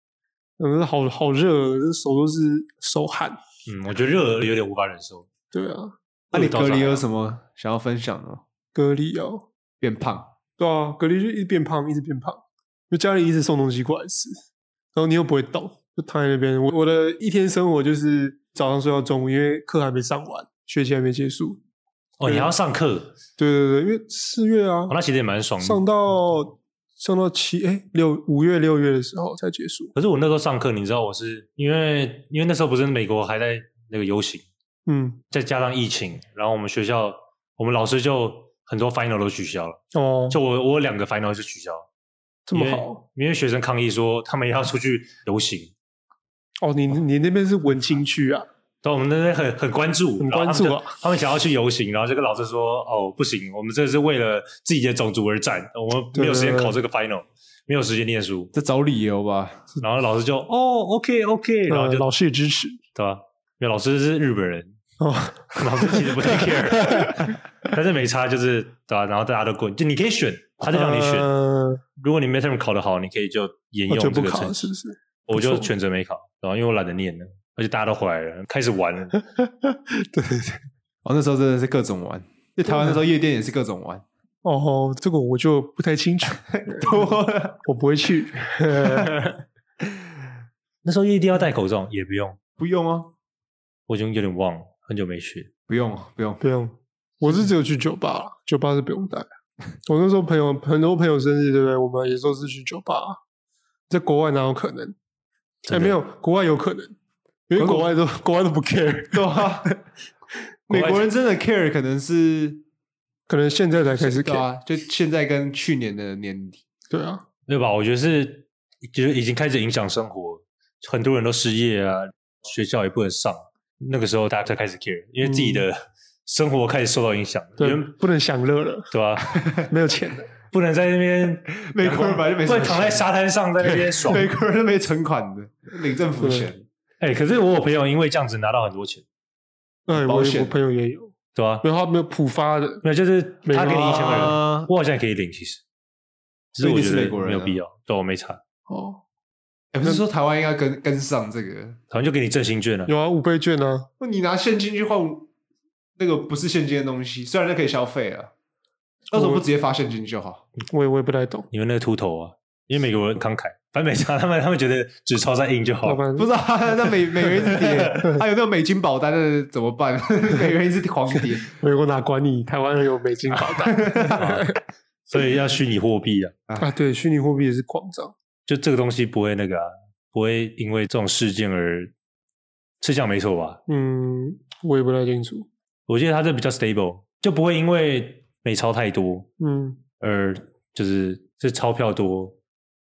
A: 嗯，好好热，这手都是手汗。
B: 嗯，我觉得热有点无法忍受。
A: 对啊，
C: 那、你隔离有什么想要分享的吗？
A: 隔离哦，
C: 变胖，
A: 对啊，隔离就一直变胖，一直变胖，就家里一直送东西过来吃，然后你又不会动，就躺在那边。我我的一天生活就是早上睡到中午，因为课还没上完，学期还没结束。
B: 哦，你还要上课，
A: 对对对，因为四月啊
B: 哦，那其实也蛮爽的。
A: 上到上到七哎六五月六月的时候才结束。
B: 可是我那时候上课，你知道我是因为因为那时候不是美国还在那个游行，
A: 嗯，
B: 再加上疫情，然后我们学校我们老师就很多 final 都取消了，
A: 哦，
B: 就我我有两个 final 就取消，
A: 这么
B: 因为
A: 好，
B: 因为学生抗议说他们要出去游行，
A: 哦，你你那边是文青区啊？
B: 对，我们那边很很关注，
A: 很
B: 然后
A: 关注啊
B: 他们就他们想要去游行，然后就跟老师说：“哦，不行，我们这是为了自己的种族而战，我们没有时间考这个 final，没有时间念书。
C: 这找理由吧。”
B: 然后老师就：“哦，OK OK。”然后
A: 呃
B: 就
A: 老师也支持
B: 对吧？因为老师是日本人，
A: 哦，
B: 老师其实不太 care，但是没差，就是对啊吧？然后大家都滚，就你可以选，他就让你选。
A: 呃
B: 如果你 midterm 考得好，你可以就沿
A: 我
B: 用
A: 就
B: 这
A: 不
B: 个
A: 考了，
B: 成
A: 是
B: 绩。
A: 不是？
B: 我就
A: 错
B: 选择没考，然后因为我懒得念了，而且大家都回来了，开始 玩了。
A: 对对对，
C: 哦，那时候真的是各种玩，在台湾那时候夜店也是各种 玩。
A: 哦，这个我就不太清楚，
C: 啊
A: 我不会去。
B: 那时候一定要戴口罩，也不用。
C: 不用哦，
B: 我已经有点忘了，很久没去。
C: 不用哦，不用。
A: 不用，啊我是只有去酒吧啦，酒吧是不用带。我那时候朋友很多朋友生日，对不对？我们也都是去酒吧啊，在国外哪有可能？哎，
B: 真的
A: 没有，国外有可能，因为
C: 国
A: 国外都国外都不 care，
C: 对 啊，
B: 国
C: 美
B: 外
C: 国人真的 care 可能是
A: 可能现在才开始
C: 对
A: care。
C: 啊，就现在跟去年的年底，
A: 对啊，
B: 对吧？我觉得是，就是已经开始影响生活，很多人都失业啊，学校也不能上。那个时候大家才开始 care，因为自己的生活开始受到影响，
A: 嗯对
B: 原，
A: 不能享乐了，
B: 对吧、
A: 没有钱 了。
B: 不能在那边
C: 美国人本来就没
B: 不
C: 什么
B: 能躺在
C: 钱
B: 沙滩上在那边爽。
C: 美国人都没存款的，领政府钱。
B: 哎、可是我有朋友因为这样子拿到很多钱，
A: 哎，我
C: 保
A: 有
C: 险
A: 我朋友也有，
B: 对吧、
A: 没有他没有浦发的，
B: 没有，就是他给你一千块
A: 美国
B: 钱，
C: 啊
B: 我好像也可以领，其实只是我觉
C: 所以你是美
B: 得
C: 国人
B: 没有
C: 啊
B: 必要，对我没差，
A: 哦，
C: 也哎不是说台湾应该跟跟上这个，
B: 好像就给你振兴券了。
A: 有啊，五倍券啊，
C: 那你拿现金去换那个不是现金的东西，虽然那可以消费啊，为什么不直接发现金就好？
A: 我也我也不太懂，
B: 你们那个秃头啊，因为美国人慷慨，反正没差，他 们他们觉得纸钞再印就 好
A: 要不
B: 了。
A: 然
C: 不知道、那美美元一直跌，啊还有那种美金保单的怎么办？ 美元一直狂跌，
A: 美国哪管你台湾人有美金保 单
B: 啊 所以要虚拟货币啊，
A: 啊？对，虚拟货币也是狂涨，
B: 就这个东西不会那个啊，不会因为这种事件而是这样没错吧？
A: 嗯，我也不太清楚，
B: 我觉得它这比较 stable，就不会因为美钞太多
A: 嗯，
B: 而就是这钞票多，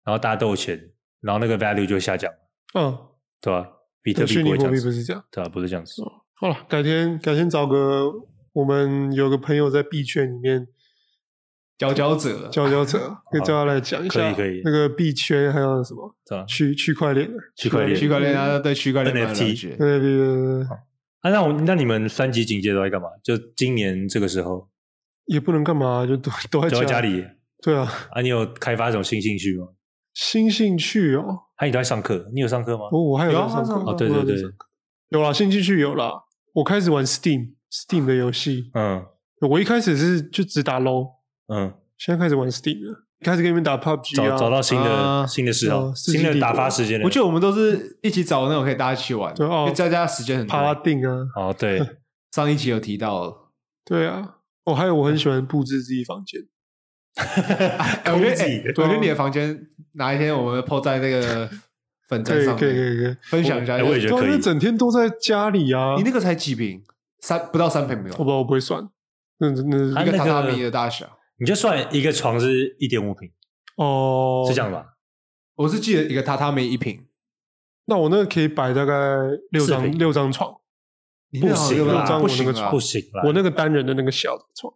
B: 然后大家都有钱，然后那个 value 就会下降，
A: 啊，
B: 对吧？比特
A: 对
B: 币
A: 虚
B: 不
A: 拟
B: 会这
A: 货
B: 样
A: 币不
B: 子，
A: 是这样。
B: 对啊，不是这样子。
A: 好了，改天改天找个我们有个朋友在币圈里面
C: 佼佼者，
A: 佼 佼者，可以叫他来讲一下，
B: 可以可以
A: 那个币圈还有什么
B: 对吧？
A: 区区块链的
B: 区块链
C: 区块链大家对区块链蛮有
B: NFT
C: 了解
A: 对对对对对，
B: 啊，那我那你们三级警戒都在干嘛？就今年这个时候，
A: 也不能干嘛，就 都都在
B: 就在家。里
A: 对啊，
B: 啊？你有开发什么新兴趣吗？
A: 新兴趣哦，
B: 啊，你都在上课，你有上课吗？
A: 我我还有
C: 有
A: 在
C: 啊
A: 上课
C: 上课
B: 哦，对对，
A: 我有在
B: 对
A: 上，课有啦，新兴趣有啦。我开始玩 Steam Steam 的游戏，
B: 嗯
A: 我一开始是就只打 LO，
B: 嗯，
A: 现在开始玩 Steam 了，开始跟你们打 PUBG
B: 找
A: 啊，
B: 找到新的
C: 啊
B: 新的嗜好，
A: 哦世纪
B: 新的
A: 帝国
B: 打发时间了。
C: 我觉得我们都是一起找那种可以大家一起玩，
A: 对哦
C: 因为大家时间很
A: 帕拉
C: 多。
A: 定啊，
B: 哦，对，
C: 上一集有提到了，
A: 对啊。哦，还有我很喜欢布置自己房间，
C: 哎 我觉
B: 空啊
C: 得哎
B: 寂
C: 我觉
A: 对
C: 得
A: 啊
C: 你的房间哪一天我们 PO 在 那个粉
A: 可
C: 站
A: 以
C: 上
A: 可以可
C: 面
A: 以可以。
C: 分享一下
B: 哎。我也觉得
A: 对啊，
B: 可以
A: 因为整天都在家里啊
C: 你。那个才几平？三不到三平没
A: 我
C: 有，
A: 不我不会算，那那
B: 啊
C: 一个
B: 那
C: 榻
B: 个
C: 榻米的大小。
B: 你就算一个床是一点五平，
A: 哦，
B: 是这。样吧？
C: 我是记得一个榻榻米一平，
A: 那我那个可以摆大概六
B: 四
A: 张
B: 平
A: 六张床，
C: 你
B: 不
C: 那好
B: 行啊
C: 像
A: 啦
C: 不
A: 不
C: 行
A: 行
C: 啊
B: 不！行啦，
A: 我那个单人的那个小的床，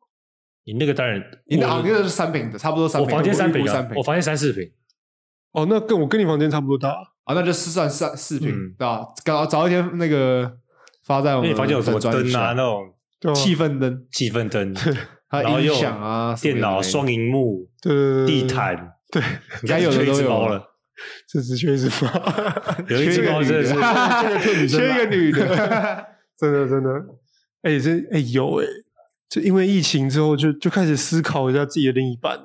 B: 你那个当然，
C: 你那
B: 我
C: 好像是三平的，差不多三
B: 我
C: 平。
B: 房间三
C: 平
B: 平
C: 三
B: 啊，
C: 平嗯
B: 我房间三四平，
A: 哦，那跟我跟你房间差不多大，
C: 啊，那就四算三四平
B: 嗯，
C: 对吧？搞早一天那个发在我
B: 因为
C: 们
B: 你房间有什么
C: 粉专
B: 灯啊，
C: 上
B: 那种
A: 对吧？
C: 气氛灯，
B: 气氛 灯，
C: 还
B: 然后
C: 有
B: 又
C: 音
B: 有
C: 响啊，什么有
B: 电
C: 的
B: 脑、
C: 没的嗯
B: 双荧幕、
A: 对对对对
B: 地，毯，
A: 对，
B: 你
C: 该有的
B: 缺一只
C: 都有啊
B: 猫
C: 了
B: 了，
A: 这只缺一只猫，
B: 有一
C: 缺
B: 只
C: 一个
B: 猫
C: 女
B: 真的
C: 的
B: 是
C: 缺一个女的，
A: 啊 真的真的，哎、这哎、有哎、就因为疫情之后就就开始思考一下自己的另一半，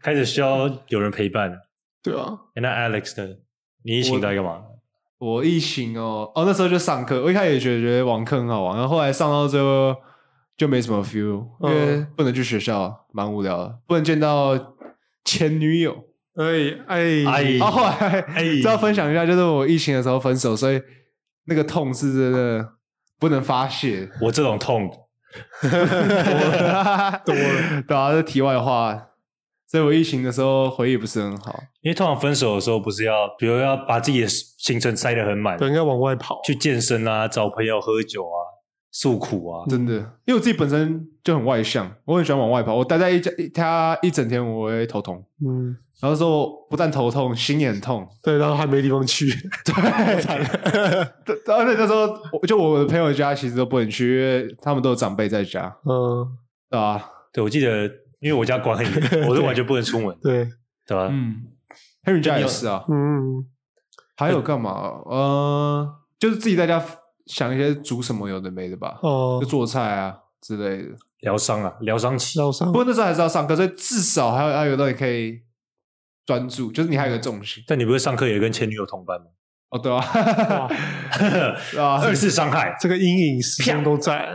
B: 开始需要有人陪伴。
A: 对啊，
B: 哎那 Alex 呢？你疫情都在干嘛？
C: 我疫情哦，哦那时候就上课，我一开始也觉得觉得网课很好玩，然后后来上到最后就没什么 feel，因为不能去学校，蛮无聊的，不能见到前女友。
A: 哎、哎、
B: 哎
C: 然后后来
B: 哎
C: 知道分享一下，就是我疫情的时候分手，所以那个痛是真的不能发 泄。
B: 我这种痛，
C: 多了，对啊，这题外话。所以我疫情的时候回忆不是很好，
B: 因为通常分手的时候不是要，比如要把自己的行程塞得很满，
A: 对，应该往外跑，
B: 去健身啊，找朋友喝酒啊，诉苦啊，
C: 真的，因为我自己本身就很外向，我很喜欢往外跑。我待在一家一他一整天，我会头痛，
A: 嗯，
C: 然后说我不但头痛，心也很痛。
A: 对，然后还没地方去，
C: 对，对然后那时候我就我的朋友家其实都不能去，因为他们都有长辈在家，
A: 嗯，
C: 对啊，
B: 对，我记得，因为我家管很 严，我是完全不能出门，
A: 对，
B: 对吧？
C: 嗯，Henry 家也 是啊。
A: 嗯，
C: 还有干嘛？呃，就是自己在家想一些煮什么有的没的吧，
A: 哦、
C: 就做菜啊之类的。
B: 疗伤啊，疗伤期，
A: 疗伤
C: 不，过那时候还是要上课，所以至少还要要有东西可以专注，就是你还有个重心。
B: 但你不是上课也跟前女友同班吗？
C: 哦，对啊，
A: 哇
C: 对啊，
B: 二次伤 害，
A: 这个阴影始终都在。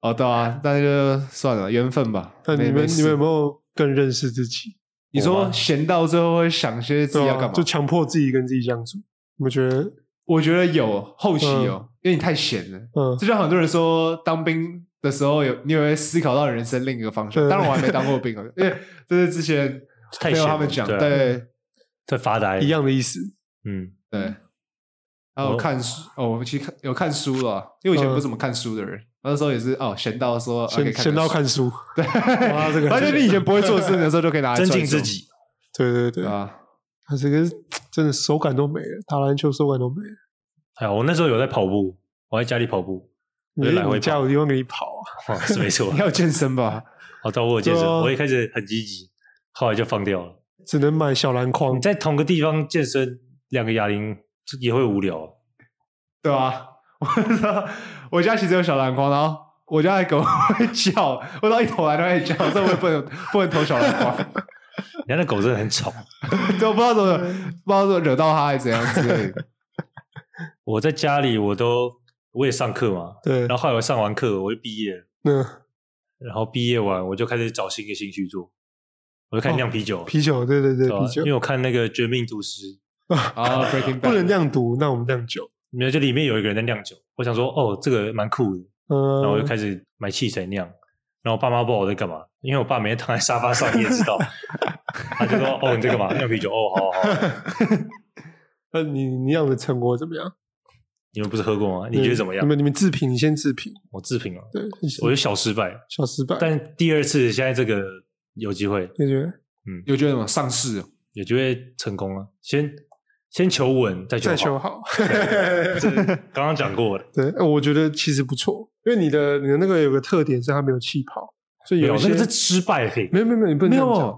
C: 哦，对啊，但是就算了，缘分吧。
A: 那你
C: 没
A: 们
C: 没事
A: 你们有没有更认识自己？
C: 你
B: 我吗
C: 说闲到最后会想些自己
A: 对
C: 要
A: 啊
C: 干嘛
A: 就？强迫自己跟自己相处。你们觉得？
C: 我觉得有后期
A: 嗯
C: 有，因为你太闲了。
A: 嗯，
C: 就像很多人说，当兵的时候有你也会思考到人生另一个方向。
A: 对
C: 当然我还没当过兵啊，因为这是之前
B: 太闲
C: 朋友
B: 了
C: 他们讲，
B: 对啊
C: 对
B: 在发呆
A: 一。样的意思。
B: 嗯，
C: 对。还有看书哦，我其实看有看书了，因为我以前不怎么看书的人，那时候也是哦闲到说啊可以
A: 先先
C: 个
A: 到
C: 书
A: 看书，
C: 对，
A: 哇这个
C: 反正你以前不会做事情的时候就可以拿来
B: 增
C: 转
B: 进
C: 手
B: 自己。
A: 对对对，啊，
C: 啊。
A: 这个真的手感都没了，打篮球手感都没了。
B: 哎呀，我那时候有在跑步，我在家里跑步，
A: 你
B: 就来回
A: 你家
B: 跑
A: 有地方给你跑啊。
B: 哦，是 没错
C: 你。要健身吧？
B: 好，到我有健身，
A: 对啊
B: 我一开始很积极，后来就放掉了。
A: 只能买小篮筐
B: 你。在同个地方健身，两个哑铃这也会无聊啊、
C: 对啊， 我操！我家其实有小篮筐，然后我家的狗 会叫，我到一头来都会叫，所以我也不能不能投小篮 筐，
B: 你看那狗真的很吵。
C: 就不知道怎么不知道怎么惹到它还是怎样之类的。
B: 我在家里我都我也上课嘛，
A: 对，
B: 然后后来我上完课我就毕业了，
A: 那
B: 然后毕业完我就开始找新的兴趣做，我就开始酿啤酒，
A: 哦啤酒，对对对，
B: 对吧
A: 啤酒
B: 因为我看那个《绝命毒师》，
C: 啊 ，Breaking Bad
A: 不能酿毒，那我们酿酒。
B: 没有就里面有一个人在酿酒，我想说哦这个蛮酷的，
A: 嗯，
B: 然后我就开始买器材酿。然后我爸妈不知道我在干嘛，因为我爸每天躺在沙发上，你也知道， 他就说：“哦，你在干嘛？酿啤酒？哦，好好好，
A: 那你你酿的成果怎么样？
B: 你们不是喝过吗？你觉得怎么样
A: 你们你们自评，你先自评。
B: 我自评了，啊
A: 对，
B: 我觉得小失败，
A: 小失败，
B: 但第二次现在这个有机会，
A: 你觉得
C: 有觉得什么哦上市？
B: 有机会成功了。先先求稳，再求
A: 再求
B: 好。
A: 好。
B: 这刚刚讲过的，
A: 对，呃我觉得其实不错，因为你的你的那个有个特点是它没有气泡，所以
B: 没
A: 有
B: 有
A: 一些
B: 那个是失败品，
A: 没有没有没有，你不能
C: 没
A: 这样
C: 有
A: 讲。，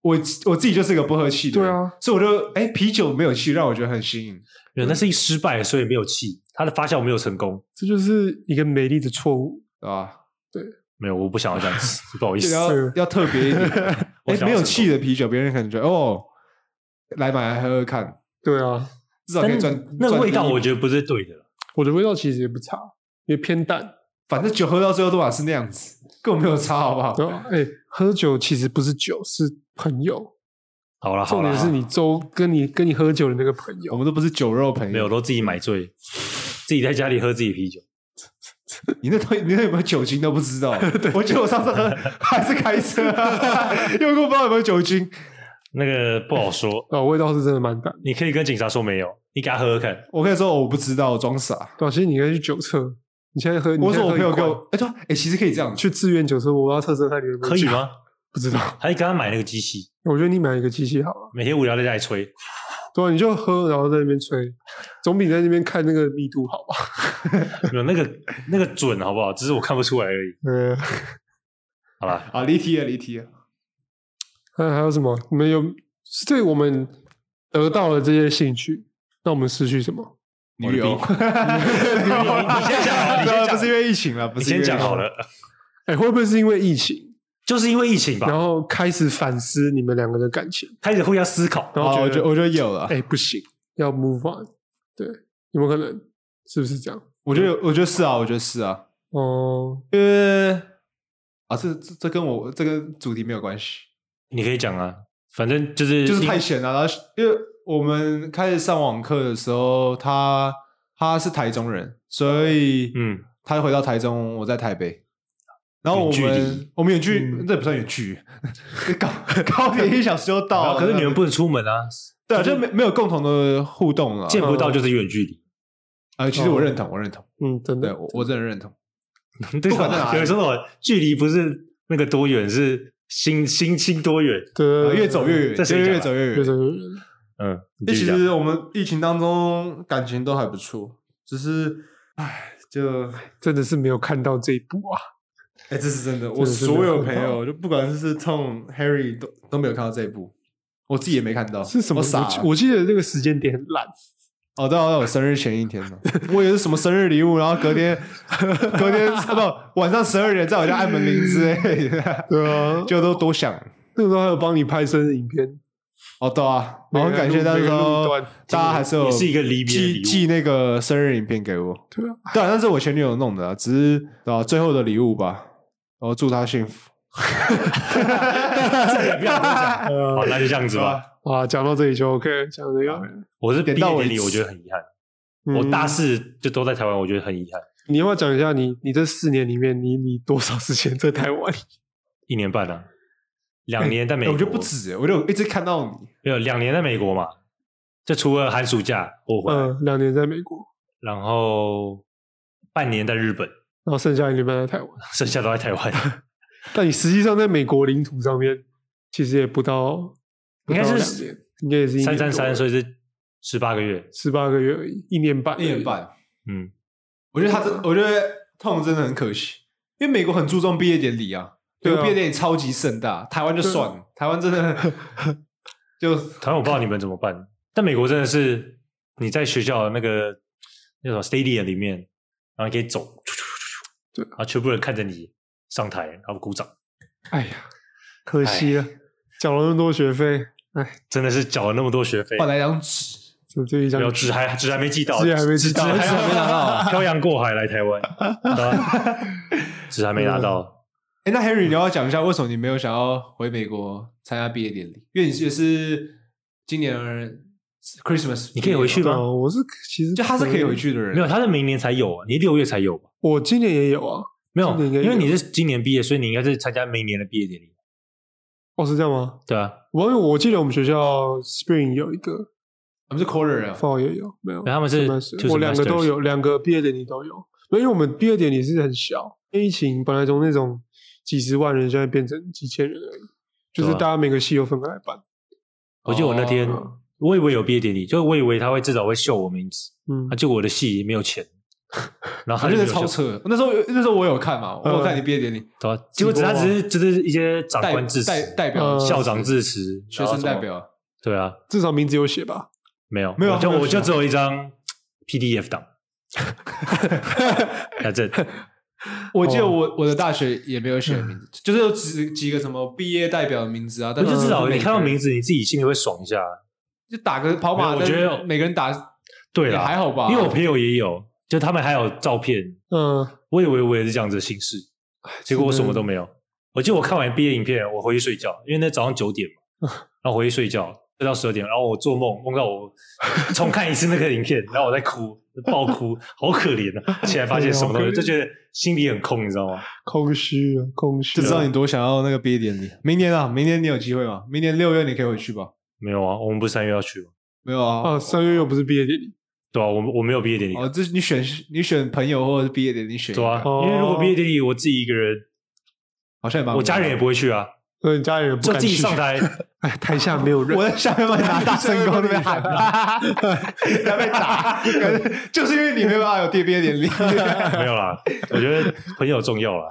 C: 我我自己就是一个不喝气的
A: 对
C: 人，
A: 啊，
C: 所以我就哎啤酒没有气，让我觉得很新颖。
B: 没有那是一个失败，所以没有气，它的发酵没有成功。
A: 这就是一个美丽的错误。
C: 对吧？
B: 没有，我不想要这样子，不好意
C: 就
B: 思。
C: 要要特别一点。
B: 我
C: 哎，
B: 想要
C: 没有
B: 成功
C: 气的啤酒，别人可能觉得哦，来买来喝喝看，
A: 对啊，
C: 至少可以
B: 但
C: 赚。
B: 那个
C: 赚
B: 味道
C: 第一
B: 我觉得不是对的了。
A: 我的味道其实也不差，也偏淡，
C: 反正酒喝到最后都嘛是那样子，根本没有差，好不好？
A: 对吧？哎，喝酒其实不是酒，是朋友。
B: 好了好
A: 重
B: 了，
A: 点是
B: 好啦
A: 你周跟你跟你喝酒的那个朋友
C: 我。们都不是酒肉朋友，
B: 没有，都自己买醉，自己在家里喝自己啤酒。
C: 你那到底你那有没有酒精都不知道。我记得我上次喝 还是开车、啊，因为我不知道有没有酒精。
B: 那个不好说，
A: 哦，味道是真的蛮淡的。
B: 你可以跟警察说没有，你给他喝喝看。
C: 我跟你说哦我不知道，我装傻。
A: 对啊、其实你可以去酒测，你现在喝，你
C: 我
A: 现在
C: 说我
A: 喝
C: 朋
A: 一
C: 友给
A: 罐
C: 我，哎、对啊，哎、其实可以这样，
A: 去自愿酒测，我要测测看你有没有
B: 可以
A: 酒？
B: 吗？
A: 不知道，
B: 还给他买那个机器，
A: 我觉得你买一个机器好了，
B: 每天无聊在家里吹。
A: 对、啊，你就喝，然后在那边吹，总比在那边看那个密度好吧？
B: 没有那个那个准好不好？只是我看不出来而已。
A: 呃，
B: 好吧，
C: 啊，离题了，离题了。
A: 还还有什么？你们有是对我们得到了这些兴趣，那我们失去什么？
C: 女友， 啊
B: 我你先讲好了你先讲
C: 不是因为疫情了，不
B: 你
C: 是因为
B: 先讲好
C: 疫情，
B: 了，
A: 哎，会不会是因为疫情，
B: 就是因为疫情
C: 啊
A: 然
B: 吧，
A: 后开始反思你们两个的感情，
B: 开始互相思考。
A: 然后
C: 好，我
A: 觉
C: 觉
A: 得，
C: 得我觉得有了，
A: 哎、不行，要 move on，对，有没有可能？是不是这样？
C: 我觉得我觉得是啊，我觉得是啊，
A: 哦、
C: 因为啊，这这这跟我这跟主题没有关系。
B: 你可以讲啊，反正就是
C: 就是太闲了。然后因为我们开始上网课的时候，他他是台中人，所以
B: 嗯，
C: 他回到台中，我在台北。然后我
B: 远距
C: 们
B: 离
C: 我们远距、
A: 嗯
C: 这也不算远距， 高高铁一小时就
B: 然
C: 到
B: 后
C: 了。
B: 可是你们不能出门啊，
C: 对啊，就没没有共同的互动了。
B: 见哦不到就是远距离。
C: 啊、其实我认同，我认同，
A: 嗯，真
C: 对
A: 的，
C: 我我真的认同。
B: 对
C: 不管在哪
B: 吧？
C: 里
B: 有时候距离不是那个多远，是心心心多远。
A: 对、
C: 呃越走越远，
B: 这谁
C: 就
B: 讲的
C: 越走越
A: 越
C: 远。
A: 走越远。
B: 嗯，你
C: 欸，
B: 继
C: 其
B: 续讲
C: 实我们疫情当中感情都还不错，只是唉，就
A: 真的是没有看到这一步啊！
C: 哎、这是真的，
A: 这
C: 我
A: 是真的
C: 所有朋友就不管是 Tom、Harry 都都没有看到这一部，我自己也没看到，
A: 是什么？
C: 我傻
A: 我
C: 了
A: 记我记得这个时间点很烂，
C: 哦，对啊，对啊我生日前一天 呢，我以为是什么生日礼物，然后隔天隔天啊不晚上十二点在我家按门铃之类的，
A: 对 啊，
C: 就都多想。
A: 那个时候还有帮你拍生日影片，
C: 哦，对啊，我很
A: 每个
C: 感谢
A: 录
C: 大
A: 每
C: 家
A: 个录一
C: 都
A: 段，
C: 大家还是有
B: 也是一个离别的礼
C: 寄
B: 物
C: 寄那个生日影片给我，
A: 对啊，
C: 对啊，那是我前女友弄的啊，只是对啊，最后的礼物吧，我祝她幸福，
B: 这个不要多讲。好，哦那就这样子
C: 是
B: 吧。
C: 吧？
A: 啊，讲到这里就 OK，讲到这个，
B: 我是毕
C: 点到
B: 业
C: 为
B: 典礼，
C: 止
B: 我觉得很遗憾。
A: 嗯
B: 我大，四就都在台湾，我觉得很遗憾。
A: 你要不要讲一下你你这四年里面你你多少时间在台湾？
B: 一年半啊，两年在美
C: 哎
B: 国，
C: 我觉得不止欸，我就一直看到你。
B: 没有两年在美国嘛。就除了寒暑假我回来，
A: 嗯， 两年在美国，
B: 然后半年在日本，
A: 然后剩下一年半在台湾。
B: 剩下都在台 湾。
A: 但你实际上在美国领土上面，其实也不到，
B: 应该
A: 不到
B: 是
A: 两年应该也是一
B: 三
A: 年
B: 三三，
A: 多
B: 所以是十八个月。
A: 十八个月而已，一年半，
C: 一年，半。
B: 嗯，
C: 我觉得他这，我觉得痛真的很可惜，因为美国很注重毕业典礼啊，
A: 对啊
C: 美国毕业典礼超级盛大，台湾就算
B: 啊
C: 了，台湾 真的就
B: 台湾我不知道你们怎么办，但美国真的是你在学校的那个那种 stadium 里面，然后你可以走，
A: 对
B: 然后全部人看着你上台，然后鼓掌，
A: 哎呀，可惜了，缴了那么多学费，
B: 真的是缴了那么多学费，
C: 换来一张纸，
A: 怎么这一张
B: 然后纸还纸还没寄到，
A: 纸还没寄到
B: 纸
A: 纸还
B: 还
A: 没
B: 没
A: 拿
B: 拿
A: 到
C: 啊
B: 到，漂洋过海来台湾， 纸还没拿到，
C: 哎、那 Henry，你要讲一下为什么你没有想要回美国参加毕业典礼？因为你也是今年 Christmas，
B: 你可以回去
C: 毕业
B: 吗
C: 嘛
A: 啊，我是其实
C: 就他是可以回，去的人，
B: 没有，他是明年才有啊，你六月才有吧？
A: 我今年也有啊，
B: 没有，
A: 今年应该有
B: 因为你是今年毕业，所以你应该是参加明年的毕业典礼，
A: 哦，是这样吗？
B: 对啊，
A: 我我记得我们学校 Spring 有一个
C: 我们是 quarter 啊，
A: ，Fall 也有，没有？
B: 他们是 two
A: 我两个都
B: semesters
A: 有，两个毕业典礼都有。没有因为我们毕业典礼是很小，因为疫情本来从那种几十万人，现在变成几千人而已，就是
B: 对啊
A: 大家每个系有分开来办。
B: 我记得我那天、
C: 哦
B: 我以为有毕业典礼，就我以为他会至少会秀我名字，
A: 嗯
B: 啊，，结果我的戏没有 钱，然后
C: 我
B: 他就
C: 觉得
B: 没有嗯
C: 超
B: 秀，
C: 扯。那时候有那时候我有看嘛，我有看你毕业典礼，
B: 对吧？结果只他只是就是一些长
C: 代
B: 官致
C: 代
B: 辞、
C: 代表
A: 嗯
B: 校长致辞、
C: 学
B: 然后
C: 生
B: 什么
C: 代，表，
B: 对啊，
A: 至少名字有写吧？
B: 没有
C: 没有
B: 我就
C: 他没有
B: 我就
C: 写
B: 只有一张 PDF 档，那这
C: 我记得
A: 哦
C: 我我的大学也没有写名字，就是有几几个什么毕业代表的名字啊，
B: 我
C: 但
B: 就是至少
C: 每
B: 你
C: 个
B: 看到
C: 人
B: 名字，你自己心里会爽一下，
C: 就打个跑马
B: 没有
C: 灯，
B: 我觉得
C: 每个人打
B: 对
C: 也
B: 啦，
C: 还好吧，
B: 因为我朋友也有，就他们还有照片，
A: 嗯，
B: 我以为我也是这样子的形式，
A: 哎
B: 结果我什么都没有。我记得我看完毕业影片，我回去睡觉，因为那早上九点
A: 嗯
B: 嘛，然后回去睡觉，睡到十二点，然后我做梦梦 到我重看一次那个影片，然后我在哭，爆哭，好可怜啊！起来发现什么东
A: 好可
B: 西，
A: 怜
B: 就觉得心里很空，你知道吗？
A: 空虚啊，空虚啊。
C: 就知道你多想要那个毕业典礼。明年啊，明年你有机会吗？明年六月你可以回去吧？
B: 没有啊，我们不是三月要去吗？
C: 没有啊，
A: 啊，三月又不是毕业典礼，
B: 对哦啊，我们我没有毕业典礼，
C: 哦，这是你选你选朋友或者是毕业典礼选一个
B: 对啊，
A: 哦
B: 因为如果毕业典礼我自己一个人，
C: 好像也蛮无聊
B: 我家人也不会去啊，
A: 所以你家里人不
B: 就
A: 敢
B: 自己
A: 去。
B: 上台，
A: 哎，台下没有人
C: 我。在下面帮你 拿大声公那边喊，
B: 啊
C: 要被 打，就是因为你没有办法有毕业典礼。
B: 没有啦，我觉得朋友重要啦。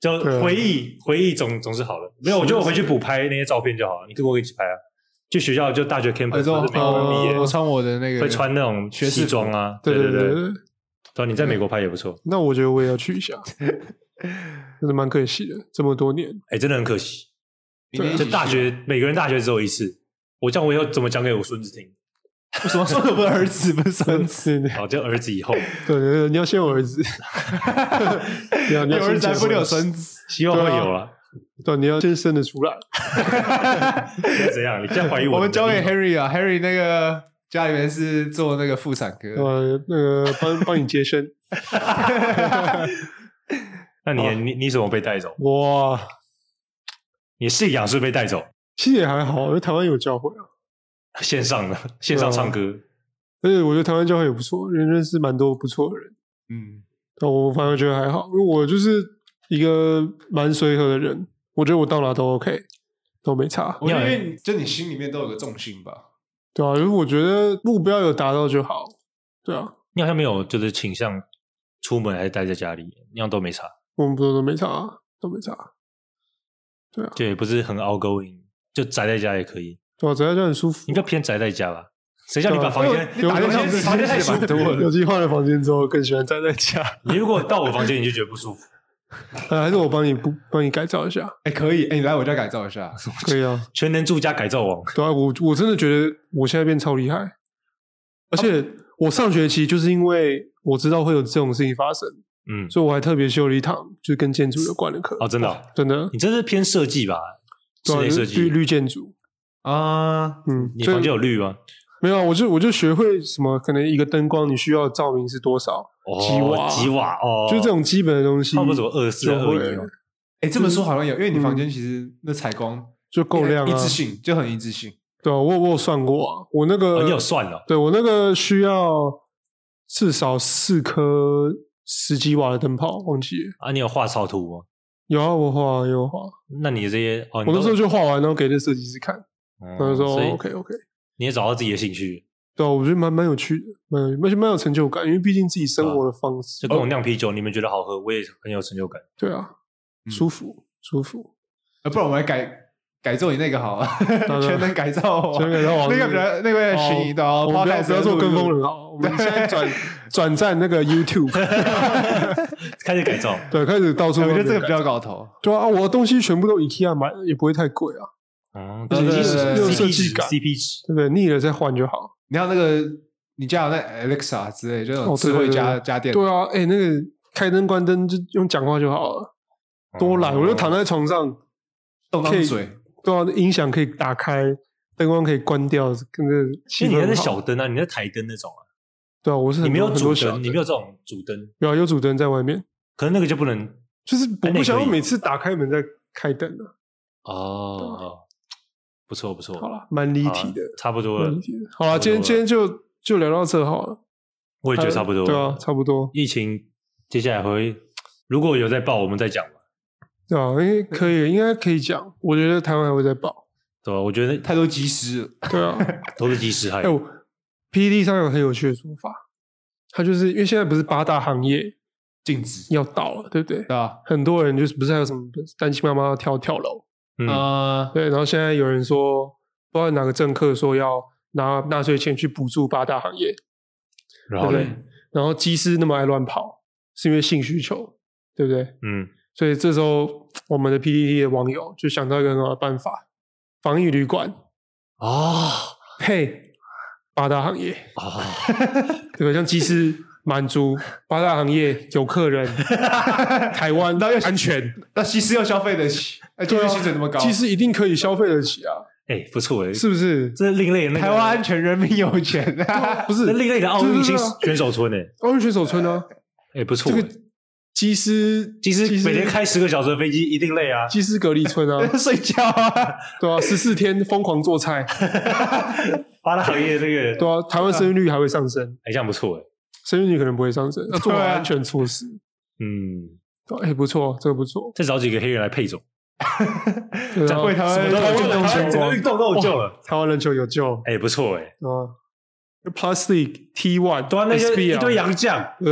B: 就
A: 对啊
B: 回忆，回忆总总是好的。没有，我觉得我回去补拍那些照片就好了。你跟我一起拍啊，去学校就大学 campus，
C: 我说
B: 或者美国毕业
C: 我穿我的那个
B: 会穿那种
C: 学士
B: 西
C: 服
B: 装啊。
A: 对
B: 对
A: 对对
B: 对，
A: 对，对
B: 对啊，你在美国拍也不错。
A: 那我觉得我也要去一 下，真的蛮可惜的，这么多年。
B: 哎，真的很可惜，
C: 明年一
B: 就
C: 起去
B: 大学每个人大学只有一次。我这样我以后怎么讲给我孙子 听？
C: 为什么说我不是儿子不是孙子？
A: 对对
B: 好，就儿子以后，
C: 啊
A: 对对，你要先有儿 子，你要你
C: 有
A: 要
C: 儿
A: 先
C: 子还
A: 结
C: 不
A: 婚
C: 了孙子，
B: 希望会有啊了。
A: 对，你要先生得出来。
B: 怎样？你现在怀疑我？
C: 我们交给 Harry 啊，Harry 那个家里面是做那个妇产科，
A: 呃，那个帮帮你接生，
B: 那你你你怎么被带走？
A: 哇，
B: 你信仰是被带走，
A: 其实也还好，因为台湾有教会啊，
B: 线上的线上唱歌。
A: 而且我觉得台湾教会也不错，认认识蛮多不错的人，
C: 嗯，
A: 但我反而觉得还好，因为我就是一个蛮随和的人，我觉得我到哪都 OK，都没差，
C: 我觉得因为你就你心里面都有个重心吧，
A: 对啊，因为我觉得目标有达到就好，对啊，
B: 你好像没有就是倾向出门还是待在家里，那样都没差，
A: 我们不都都没差啊，都没差，
B: 就也不是很 outgoing，就宅在家也可以，
A: 对啊，只要就很舒服
B: 应。该偏宅在家吧？谁叫你
A: 对啊
B: 把房间
A: 因为
B: 打
A: 有
B: 开
A: 有
B: 房间太舒服了？
A: 尤其换了房间之后，更喜欢宅在家。
B: 你如果到我房间你就觉得不舒服，
A: 呃，还是我帮你不帮你改造一下，
C: 哎，可以，哎，你来我家改造一下，
A: 可以啊。
B: 全能住家改造王，
A: 对啊，我我真的觉得我现在变超厉害，而且
B: 啊
A: 我上学期就是因为我知道会有这种事情发生，
B: 嗯，
A: 所以我还特别修了一堂就是跟建筑有关的课。
B: 哦，真的哦，
A: 真的，
B: 你这是偏设计吧？室
A: 对
B: 内
A: 啊，
B: 设
A: 就是绿
B: 计，
A: 绿建筑，
C: 啊，
A: 嗯，
B: 你
A: 所以
B: 房间有绿吗？
A: 没有啊？我就我就学会什么，可能一个灯光你需要的照明是多少，
B: 哦，
A: 吉瓦
B: 吉瓦哦，
A: 就是这种基本的东西
B: 他，们怎么二四
A: 就
B: 二一
A: 会
B: 哦？
C: 哎，这么说好像有，因为你房间其实那采光
A: 就嗯够亮
C: 一
A: 啊
C: 致。性就很一致性，
A: 对啊，我我有算过啊，我那个
B: 哦你有算哦？
A: 对我那个需要至少四颗十几瓦的灯泡，忘记了。
B: 啊，你有画草图吗？
A: 有啊，我画啊有画，我
B: 那你这些哦，你
A: 那
B: 都
A: 时候就画完，然后给那设计师看，
B: 嗯
A: 他就说
B: 所以
A: OK OK。
B: 你也找到自己的兴趣，
A: 对啊，我觉得蛮蛮有趣的，蛮有而且蛮有成就感，因为毕竟自己生活的方式哦
B: 啊就，跟我酿啤酒，你们觉得好喝，我也很有成就感。
A: 对啊，
C: 嗯
A: 舒服舒服，
C: 呃不然我们来改改造你那 个好了，
A: 然
C: 全能改造我，
A: 全能改造我哦
C: 那个比较那个十一刀，
A: 我们不要
C: 哦 podcast
A: 不要做跟风
C: 录一录
A: 人啊好，我们现在 转转战那个 YouTube，
B: 开始改 造，
A: 对，开始到处
C: 哎我觉得这个
A: 乱
C: 比
A: 改
C: 较搞头，
A: 对啊，我的东西全部都 IKEA 买，也不会太贵啊，
B: 嗯，
C: 对对对
B: 就是
C: 有
B: CP
A: 设计
B: 值
A: 感
B: ，CP 值，
A: 对不对？腻了再换就好。
C: 你看那个你家有那 Alexa 之类，就那种
A: 哦对
C: 智慧
A: 对对
C: 家
A: 对
C: 家电，
A: 对啊，哎，那个开灯关灯就用讲话就好了，嗯
B: 哦
A: 多懒，我就躺在床上，
C: 动
A: 可
C: 动
A: 以
C: 嘴，
A: 对啊，音响可以打开，灯光可以关掉，跟着气
B: 因为你
A: 氛
B: 还
A: 很
B: 是
A: 好
B: 小灯啊，你那台灯那种啊，
A: 对啊，我是很
B: 你没有
A: 多很
B: 主
A: 多小
B: 灯，你没有这种主灯，
A: 有啊，有主灯在外面，
B: 可能那个就不能
A: 就是我
B: 哎那
A: 不
B: 也
A: 想
B: 可
A: 要
B: 以
A: 每次打开门再开灯啊。
B: 哦。好不错不错，
A: 好了，蛮离
B: 好啊，
A: 题的，嗯
B: 差不多
A: 蛮
B: 了
A: 离，题的。好了，今天今天就就聊到这好了，
B: 我
A: 我
B: 也觉得差不多了。
A: 对啊，差不多，
B: 疫情接下来会如果有在报，我们再讲吧，
A: 对啊，因为可以，应该可以讲，我觉得台湾还会再爆，
B: 对吧？我觉得
C: 太多及时了，
A: 对 啊。
B: 都是及时害
A: 哎、。我 PPT 上有很有趣的说法，它就是因为现在不是八大行业
C: 禁止，
A: 要倒了，对不对
C: 对？吧？
A: 很多人就是不是还有什么单亲妈妈要跳跳楼，
B: 嗯，
C: 啊，
A: 对，然后现在有人说，不知道哪个政客说要拿纳税钱去补助八大行业，
B: 然后
A: 对
B: 嘞，
A: 然后机师那么爱乱跑，是因为性需求，对不对？
B: 嗯，
A: 所以这时候我们的 PPT 的网友就想到一个很好的办法：防疫旅馆
B: 哦
A: 配八大行业。
B: 哦，
A: 对吧？像机师、满足 八大行业有客 人，台湾
C: 那要
A: 安全，
C: 那西施要消费得 起，哎， 就
A: 对
C: 是
A: 啊，
C: 薪水那么高，
A: 技师一定可以消费得起啊，
B: 哎，不错哎，
A: 是不是？啊
B: 这是另类的那个
C: 台湾安全人民有 钱，
A: 不
B: 这
A: 是
B: 是另类的奥运
A: 对对
B: 新
A: 对啊
B: 选手村哎，
A: 奥运选手村呢？
B: 哎，不错
A: 这
B: 哎
A: 个。机师，
B: 其实
A: 技师
B: 每天开十个小时的飞机一定累啊，
A: 机师隔离村啊，
C: 睡觉啊，
A: 对啊，十四天疯狂做菜，
B: 八大行业这个
A: 对啊，台湾生育率还会上升，
B: 哎，这样不错哎，
A: 生育率可能不会上升，要做好
C: 对啊
A: 安全措施。
B: 嗯，
A: 对啊哎，不错，这个不错，
B: 再找几个黑人来配种，
A: 对啊
C: 为台湾
A: 什么
C: 台
A: 都
C: 湾
A: 有啊
C: 人
A: 救，
C: 台湾
A: 全
C: 整
A: 光
B: 运动都有救了，
A: 台湾篮球有救
B: 哎，不错哎，
A: 啊，Plus League T One，
B: 对啊，那些一堆
A: SBL
B: 洋将，
A: 对。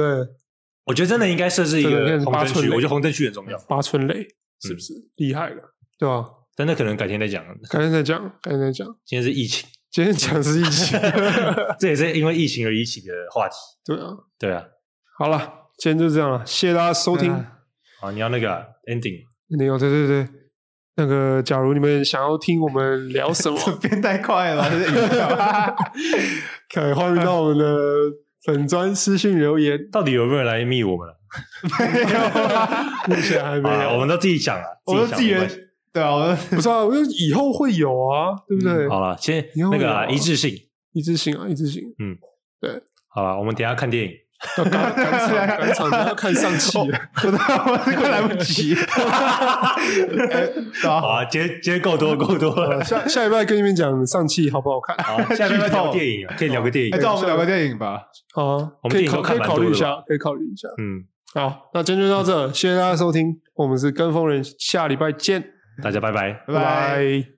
B: 我觉得真的应该设置一
A: 真的变
B: 个
A: 成
B: 红
A: 八
B: 灯
A: 寸
B: 区，
A: 垒
B: 我觉得红灯区很重要，
A: 八村垒，是不是厉害了？嗯对吧、啊？
B: 但那可能改天再讲。
A: 改天再讲，改天再讲。
B: 今天是疫情，
A: 今天讲是一 起，
B: 这也是因为疫情而一起的话题。
A: 对啊。
B: 对啊，
A: 好了，今天就这样了，谢谢大家收听。
C: 嗯
B: 啊，你要那个啊 ending，
A: 那个、对对对，那个，假如你们想要听我们聊什么，
C: 变太快了，这 是饮料
A: 可以欢迎到我们的粉砖私信留 言。
B: 到底有没有人来密我们啊？
C: 没有啊，
A: 目前还没
B: 啊我
A: 有，
B: 们都自己讲啊，
C: 我都自己
B: 讲没关系
C: 人，对啊，我都
A: 不是啊，因为以后会有啊，对不对？
C: 嗯
B: 好了，先
A: 以后
B: 那个啊
A: 有啊
B: 一致性，
A: 一致性啊，一致性，
B: 好了，我们等一下看电影。
A: 要赶赶场，赶场，要看上期了。
C: 哦 我都我都快来不及，哎对
B: 好
C: 啊，
B: 啊，今天今天够多够多了
A: 呃。下下礼拜跟你们讲上期好不好看？
B: 好，下面要聊电影啊，可以聊个电影
C: 哎，。照我们聊个电影吧，
A: 好啊，
B: 我们
A: 可以
B: 电影
A: 考
B: 都
A: 可
B: 看
A: 以
B: 蛮
A: 考虑
B: 多
A: 一
B: 的
A: 下，可以考虑一下。
B: 嗯，
A: 好，那今天就到这，谢谢大家收听，我们是跟风人，下礼拜见，
B: 大家拜拜。
C: 拜拜。